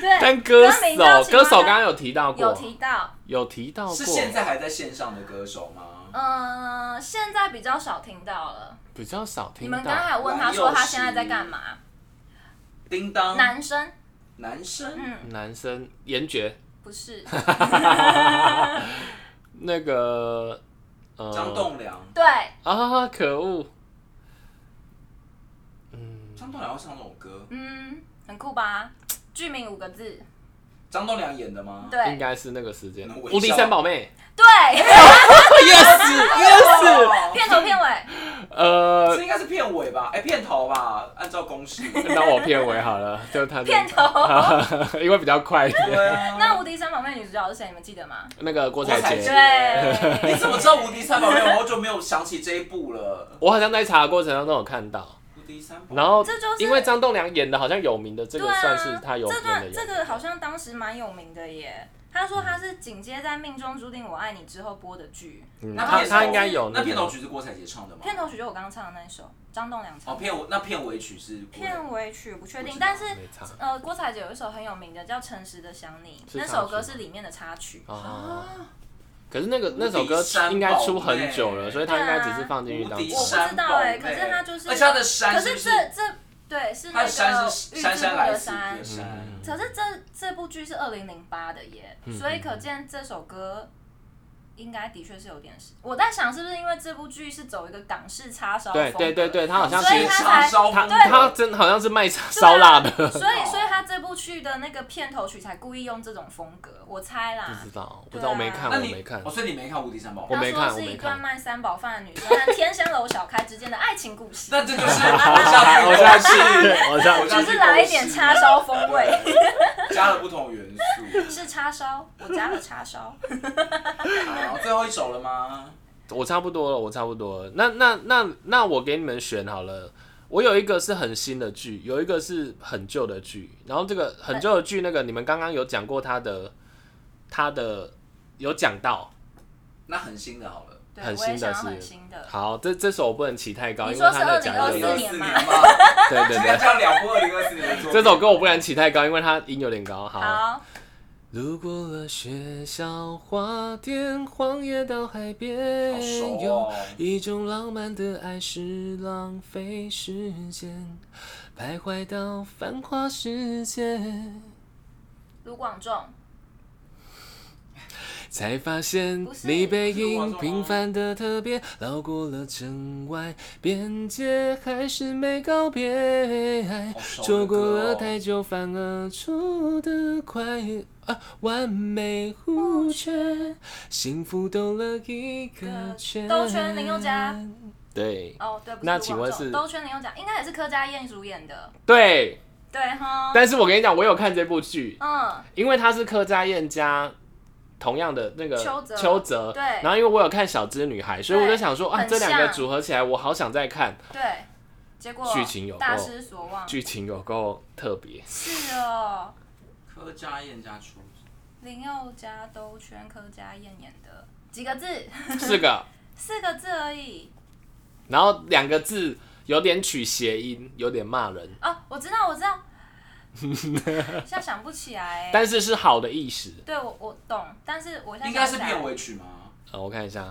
[SPEAKER 3] 对，
[SPEAKER 2] 但歌
[SPEAKER 3] 歌名叫
[SPEAKER 2] 手
[SPEAKER 3] 情花
[SPEAKER 2] 歌手刚
[SPEAKER 3] 开
[SPEAKER 2] 刚有提到过，
[SPEAKER 3] 有提到，
[SPEAKER 2] 有提到过，
[SPEAKER 1] 是现在还在线上的歌手吗？
[SPEAKER 3] 嗯，现在比较少听到了。
[SPEAKER 2] 比较少
[SPEAKER 3] 你
[SPEAKER 2] 听
[SPEAKER 3] 们刚刚
[SPEAKER 2] 到。
[SPEAKER 3] 还问他说他现在在干嘛？
[SPEAKER 1] 叮
[SPEAKER 2] 嗯
[SPEAKER 1] 当，
[SPEAKER 3] 男生，
[SPEAKER 1] 男生，
[SPEAKER 3] 嗯，
[SPEAKER 2] 男生严爵
[SPEAKER 3] 不是，
[SPEAKER 2] 那个呃
[SPEAKER 1] 张栋梁，
[SPEAKER 3] 对，
[SPEAKER 2] 啊，可恶，嗯
[SPEAKER 1] 张栋梁会唱这种歌？
[SPEAKER 3] 嗯，很酷吧？剧名五个字，
[SPEAKER 1] 张栋梁演的吗？
[SPEAKER 2] 嗯应
[SPEAKER 3] 对，
[SPEAKER 2] 该是那个时间
[SPEAKER 1] 那，微
[SPEAKER 2] 无敌
[SPEAKER 1] 笑
[SPEAKER 2] 三 宝妹
[SPEAKER 3] 对，
[SPEAKER 2] ，yes yes，
[SPEAKER 1] 哦
[SPEAKER 3] 片头片尾，
[SPEAKER 2] 呃
[SPEAKER 1] 这，应该是片尾吧？哎、片头吧，按照公 式。
[SPEAKER 2] 那我片尾好了，就他的
[SPEAKER 3] 片，头。
[SPEAKER 2] 因为比较快一点。
[SPEAKER 1] 对啊，
[SPEAKER 3] 那无敌三宝妹女主角是谁？你们记得吗？
[SPEAKER 2] 那个郭
[SPEAKER 1] 郭
[SPEAKER 2] 采
[SPEAKER 1] 采
[SPEAKER 2] 洁
[SPEAKER 1] 洁，
[SPEAKER 3] 对，
[SPEAKER 1] 你怎么知道《无敌三宝妹》？我好久没有想起这一部了。
[SPEAKER 2] 我好像在查的过程当中有看到，
[SPEAKER 1] 《无敌三宝》
[SPEAKER 2] 然后
[SPEAKER 3] 这就是
[SPEAKER 2] 因为张栋梁演的好像有名的，这
[SPEAKER 3] 对
[SPEAKER 2] 个
[SPEAKER 3] 啊，
[SPEAKER 2] 算是他有
[SPEAKER 3] 这
[SPEAKER 2] 名的
[SPEAKER 3] 段
[SPEAKER 2] 演
[SPEAKER 3] 这个好像当时蛮有名的耶。他说他是紧接在《命中注定我爱你》之后播的剧，
[SPEAKER 2] 嗯
[SPEAKER 1] 那
[SPEAKER 2] 他
[SPEAKER 1] 片头
[SPEAKER 2] 他应该有
[SPEAKER 1] 那
[SPEAKER 2] 个
[SPEAKER 1] 片头曲是郭采洁唱的吗？
[SPEAKER 3] 片头曲就我刚刚唱的那首，张栋梁唱
[SPEAKER 1] 哦，
[SPEAKER 3] 的。
[SPEAKER 1] 片尾那片尾曲是郭
[SPEAKER 3] 片尾曲不确
[SPEAKER 1] 不
[SPEAKER 3] 定
[SPEAKER 1] 知，道
[SPEAKER 3] 但是
[SPEAKER 2] 没差
[SPEAKER 3] 呃，郭采洁有一首很有名的叫《诚实的想你》，
[SPEAKER 2] 是
[SPEAKER 3] 那
[SPEAKER 2] 插曲
[SPEAKER 3] 首歌
[SPEAKER 2] 吗
[SPEAKER 3] 是里面的插曲。
[SPEAKER 2] 哦。可是那个那首
[SPEAKER 1] 无
[SPEAKER 2] 歌
[SPEAKER 1] 敌三
[SPEAKER 2] 应该出
[SPEAKER 1] 宝妹
[SPEAKER 2] 很久了，所以他应该只是放进去
[SPEAKER 1] 无
[SPEAKER 2] 当
[SPEAKER 1] 敌
[SPEAKER 2] 中。
[SPEAKER 1] 山宝
[SPEAKER 3] 我
[SPEAKER 1] 妹，
[SPEAKER 3] 不知道哎可是它就是
[SPEAKER 1] 而且它的山
[SPEAKER 3] 可
[SPEAKER 1] 是
[SPEAKER 3] 是
[SPEAKER 1] 不
[SPEAKER 3] 这这对是那
[SPEAKER 1] 它
[SPEAKER 3] 个
[SPEAKER 1] 的山是
[SPEAKER 3] 玉
[SPEAKER 1] 姗
[SPEAKER 3] 置
[SPEAKER 1] 姗
[SPEAKER 3] 部
[SPEAKER 1] 来
[SPEAKER 3] 的
[SPEAKER 1] 迟
[SPEAKER 3] 山
[SPEAKER 1] 的，山，
[SPEAKER 2] 嗯
[SPEAKER 3] 可是这这部剧是二零零八的耶，所以
[SPEAKER 2] 嗯
[SPEAKER 3] 可见这首歌应该的确是有点时。我在想是不是因为这部剧是走一个港式叉烧
[SPEAKER 2] 对
[SPEAKER 3] 风
[SPEAKER 2] 对对
[SPEAKER 3] 格
[SPEAKER 2] 对，他好像
[SPEAKER 3] 所
[SPEAKER 2] 是
[SPEAKER 3] 以他才
[SPEAKER 1] 烧
[SPEAKER 2] 他
[SPEAKER 1] 风格
[SPEAKER 2] 他真的好像是卖烧腊的，
[SPEAKER 3] 所
[SPEAKER 1] 哦
[SPEAKER 3] 以所以他这部剧的那个片头曲才故意用这种风格，我猜啦。
[SPEAKER 2] 不知道不
[SPEAKER 3] 对啊
[SPEAKER 2] 知道我没看
[SPEAKER 1] 那
[SPEAKER 2] 我
[SPEAKER 1] 你
[SPEAKER 2] 没看
[SPEAKER 1] 哦，。所以你没看《无敌三宝
[SPEAKER 2] 我》
[SPEAKER 1] 妹
[SPEAKER 2] 没？看
[SPEAKER 3] 他说是一
[SPEAKER 2] 我
[SPEAKER 3] 段
[SPEAKER 2] 没看
[SPEAKER 3] 卖三宝饭的女生和天仙楼小开之间的爱情故事，
[SPEAKER 1] 那这就是我下
[SPEAKER 2] 我下去，我下
[SPEAKER 1] 我
[SPEAKER 2] 去
[SPEAKER 1] 下
[SPEAKER 3] 只是来一点叉烧风味，
[SPEAKER 1] 对加了不同元素。
[SPEAKER 3] 是叉烧，我加了叉烧。
[SPEAKER 1] 好，最后一首了吗？
[SPEAKER 2] 我差不多了，我差不多了。那那那那我给你们选好了。我有一个是很新的剧，有一个是很旧的剧。然后这个很旧的剧，那个你们刚刚有讲过它的，它的有讲到
[SPEAKER 1] 那很新的好了。
[SPEAKER 3] 对，
[SPEAKER 2] 很
[SPEAKER 3] 我也
[SPEAKER 2] 新
[SPEAKER 3] 想
[SPEAKER 2] 的
[SPEAKER 3] 要
[SPEAKER 2] 是
[SPEAKER 3] 很新的。
[SPEAKER 2] 好，这这首我不能起太高，
[SPEAKER 3] 你
[SPEAKER 2] 因
[SPEAKER 3] 说
[SPEAKER 2] 为
[SPEAKER 3] 是
[SPEAKER 2] 它的讲
[SPEAKER 1] 二
[SPEAKER 2] 有
[SPEAKER 1] 零二
[SPEAKER 2] 点
[SPEAKER 3] 2024
[SPEAKER 1] 四
[SPEAKER 3] 年吗
[SPEAKER 1] 年吗？
[SPEAKER 2] 对对
[SPEAKER 1] 今天
[SPEAKER 2] 对，
[SPEAKER 1] 这样两部二零二四年的作品
[SPEAKER 2] 这首歌我不敢起太高，因为它音有点高。好，
[SPEAKER 3] 好，
[SPEAKER 2] 路过了学校、花店、荒野到海边，
[SPEAKER 1] 好熟
[SPEAKER 2] 有
[SPEAKER 1] 哦。
[SPEAKER 2] 一种浪漫的爱是浪费时间，徘徊到繁华世界。
[SPEAKER 3] 卢广仲。
[SPEAKER 2] 才发现
[SPEAKER 3] 不是
[SPEAKER 2] 你背
[SPEAKER 1] 是我
[SPEAKER 2] 影
[SPEAKER 1] 说
[SPEAKER 2] 平凡的特别，绕过了城外边界，还是没告别
[SPEAKER 1] 好。熟的
[SPEAKER 2] 错过
[SPEAKER 1] 歌
[SPEAKER 2] 了
[SPEAKER 1] 哦
[SPEAKER 2] 太久，反而错得快啊，完美无缺，幸福兜了一个
[SPEAKER 3] 个
[SPEAKER 2] 圈。
[SPEAKER 3] 兜嗯圈林宥嘉。
[SPEAKER 2] 对
[SPEAKER 3] 哦，对，不是
[SPEAKER 2] 那
[SPEAKER 3] 王
[SPEAKER 2] 请问
[SPEAKER 3] 总
[SPEAKER 2] 是
[SPEAKER 3] 兜圈林宥嘉，应该也是柯佳燕主演的，
[SPEAKER 2] 对，
[SPEAKER 3] 对哈。
[SPEAKER 2] 但是我跟你讲，我有看这部剧，
[SPEAKER 3] 嗯，
[SPEAKER 2] 因为他是柯佳燕加同样的那个
[SPEAKER 3] 邱泽
[SPEAKER 2] 泽
[SPEAKER 3] 对
[SPEAKER 2] 然后因为我有看《小资女孩》，所以我就想说，啊，
[SPEAKER 3] 很
[SPEAKER 2] 这两个
[SPEAKER 3] 像
[SPEAKER 2] 组合起来，我好想再看。
[SPEAKER 3] 对。结果
[SPEAKER 2] 剧情有
[SPEAKER 3] 大
[SPEAKER 2] 够
[SPEAKER 3] 失所望，
[SPEAKER 2] 剧情有够特 别，
[SPEAKER 3] 是哦，
[SPEAKER 1] 柯佳燕加出
[SPEAKER 3] 林宥嘉、兜圈、柯佳燕演的几个字，
[SPEAKER 2] 四个，
[SPEAKER 3] 四个字而已。
[SPEAKER 2] 然后两个字有点取谐音，有点骂人，
[SPEAKER 3] 哦，我知道，我 知道，现在想不起来、欸。
[SPEAKER 2] 但是是好的意思。
[SPEAKER 3] 对，我我懂，但是我现在
[SPEAKER 1] 应该是
[SPEAKER 3] 想不起来
[SPEAKER 1] 片尾曲吗？
[SPEAKER 2] 呃，我看一下。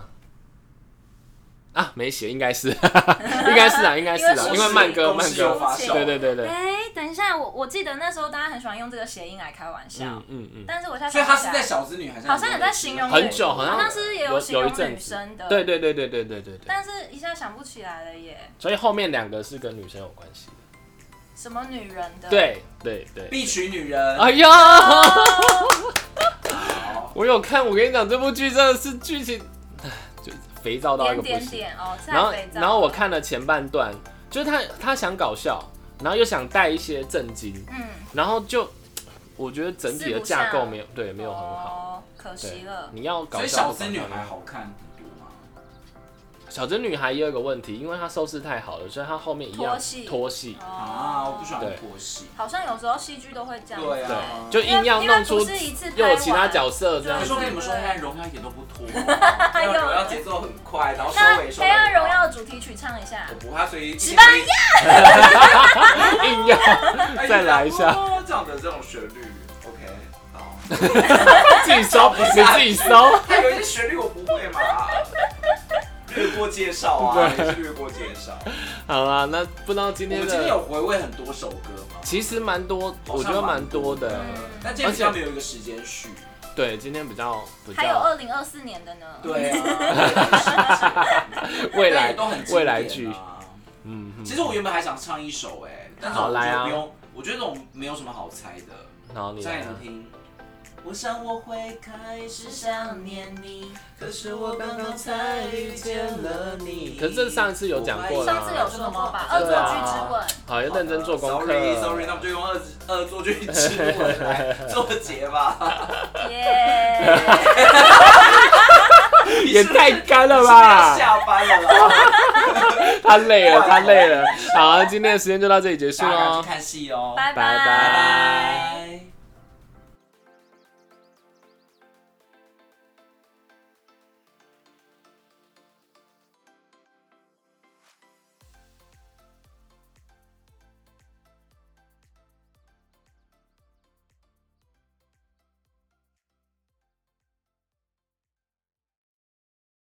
[SPEAKER 2] 啊，没写，应该是，应 该是 啊，应该是啊，
[SPEAKER 3] 因为
[SPEAKER 2] 因为慢歌，
[SPEAKER 1] 公
[SPEAKER 2] 慢
[SPEAKER 1] 司有
[SPEAKER 2] 歌，
[SPEAKER 1] 发售
[SPEAKER 2] 对对对对，
[SPEAKER 3] 哎、等一下，我我记得那时候大家很喜欢用这个谐音来开玩笑，
[SPEAKER 2] 嗯嗯嗯，
[SPEAKER 3] 但是我现在
[SPEAKER 1] 所以他
[SPEAKER 3] 想
[SPEAKER 1] 是
[SPEAKER 3] 不起
[SPEAKER 1] 在
[SPEAKER 3] 来，
[SPEAKER 1] 小资女孩，
[SPEAKER 3] 好像也在形容
[SPEAKER 2] 很
[SPEAKER 3] 女
[SPEAKER 2] 久好像
[SPEAKER 3] 好像是不是也
[SPEAKER 2] 有
[SPEAKER 3] 形
[SPEAKER 2] 有一
[SPEAKER 3] 容
[SPEAKER 2] 阵
[SPEAKER 3] 女
[SPEAKER 2] 子
[SPEAKER 3] 生的，
[SPEAKER 2] 对对对对对对对对，
[SPEAKER 3] 但是一下想不起来了耶，
[SPEAKER 2] 所以后面两个是跟女生有关系的，
[SPEAKER 3] 什么女人的，，
[SPEAKER 2] 对对对，
[SPEAKER 1] 必娶女人。
[SPEAKER 2] 哎呦，
[SPEAKER 3] 哦
[SPEAKER 1] 好，
[SPEAKER 2] 我有看，我跟你讲，这部剧真的是剧情，就肥皂到一
[SPEAKER 3] 点
[SPEAKER 2] 个不
[SPEAKER 3] 点
[SPEAKER 2] 行。
[SPEAKER 3] 点哦，太
[SPEAKER 2] 然后
[SPEAKER 3] 肥皂
[SPEAKER 2] 然后我
[SPEAKER 3] 了，
[SPEAKER 2] 看了前半段，就是他他想搞笑，然后又想带一些震惊，
[SPEAKER 3] 嗯，
[SPEAKER 2] 然后就我觉得整体的架构没有对没有很好。
[SPEAKER 3] 哦，可
[SPEAKER 2] 对
[SPEAKER 3] 惜了，
[SPEAKER 2] 你要搞
[SPEAKER 1] 所以
[SPEAKER 2] 笑就
[SPEAKER 1] 小
[SPEAKER 2] 搞
[SPEAKER 1] 资
[SPEAKER 2] 笑
[SPEAKER 1] 女孩好看很多吗？
[SPEAKER 2] 小资女孩也有一个问题，因为她收视太好了，所以她后面一样
[SPEAKER 3] 拖戏
[SPEAKER 2] 拖戏，
[SPEAKER 1] 啊，我不喜
[SPEAKER 3] 欢，
[SPEAKER 1] 欢
[SPEAKER 2] 对
[SPEAKER 1] 拖戏。
[SPEAKER 3] 哦好像有时候戏剧都会这样子，
[SPEAKER 1] 对
[SPEAKER 2] 对
[SPEAKER 1] 啊，，
[SPEAKER 2] 就硬要弄出
[SPEAKER 3] 因为因为不是一次拍
[SPEAKER 2] 又
[SPEAKER 3] 完
[SPEAKER 2] 有其他角色这
[SPEAKER 3] 对
[SPEAKER 2] 样
[SPEAKER 1] 可
[SPEAKER 2] 子
[SPEAKER 1] 是我跟你们说，《黑暗荣耀》一点都不 拖，《黑暗荣耀》节奏很快，然后收
[SPEAKER 3] 那
[SPEAKER 1] 尾
[SPEAKER 3] 《
[SPEAKER 1] 收
[SPEAKER 3] 黑暗
[SPEAKER 1] 尾。
[SPEAKER 3] 荣耀》的主题曲唱一下
[SPEAKER 1] 我，不怕，所以
[SPEAKER 3] 十八
[SPEAKER 1] 一
[SPEAKER 2] 硬 要。
[SPEAKER 1] 哎
[SPEAKER 2] 再来一下
[SPEAKER 1] 哦这样的这种旋律，OK，好。
[SPEAKER 2] 自己 搜，你
[SPEAKER 1] 啊
[SPEAKER 2] 自己搜。
[SPEAKER 1] 它有一些旋律我不会嘛，略过介绍啊，也是略过介绍。
[SPEAKER 2] 好啦，那不知道今
[SPEAKER 1] 我
[SPEAKER 2] 天
[SPEAKER 1] 们今天
[SPEAKER 2] 的，
[SPEAKER 1] 有回味很多首歌吗？
[SPEAKER 2] 其实蛮多，我觉得蛮多的。
[SPEAKER 1] 但今天比较没有一个时间序。
[SPEAKER 2] 对，今天比较比
[SPEAKER 3] 还有
[SPEAKER 2] 较
[SPEAKER 3] 二零二四年的呢，
[SPEAKER 1] 对 啊，
[SPEAKER 2] 未来
[SPEAKER 1] 但也都很经典啊
[SPEAKER 2] 未来剧，嗯，嗯
[SPEAKER 1] 其实我原本还想唱一首哎，但是
[SPEAKER 2] 好
[SPEAKER 1] 我觉
[SPEAKER 2] 来啊
[SPEAKER 1] 得不用，我觉得这种没有什么好猜的，
[SPEAKER 2] 然后你
[SPEAKER 1] 张
[SPEAKER 2] 来
[SPEAKER 1] 也能听。我想我会开始想念你，可是我刚刚才遇见了你。
[SPEAKER 2] 可是这上一次有讲过啦
[SPEAKER 3] 上次有说过吧，《恶
[SPEAKER 2] 对
[SPEAKER 3] 作
[SPEAKER 2] 啊
[SPEAKER 3] 剧之吻》
[SPEAKER 2] 好，要认真做功课。
[SPEAKER 1] Sorry Sorry，那我们就用恶恶作剧之吻 来做结吧。
[SPEAKER 2] 啊
[SPEAKER 3] 耶！
[SPEAKER 2] 也太干了
[SPEAKER 1] 吧，
[SPEAKER 2] 吧！
[SPEAKER 1] 下班了啦，啊
[SPEAKER 2] 他累了，他累了。好，今天的时间就到这里结束
[SPEAKER 1] 大家赶快
[SPEAKER 2] 喽
[SPEAKER 1] 去。看戏哦，
[SPEAKER 3] 拜
[SPEAKER 2] 拜
[SPEAKER 1] 拜拜。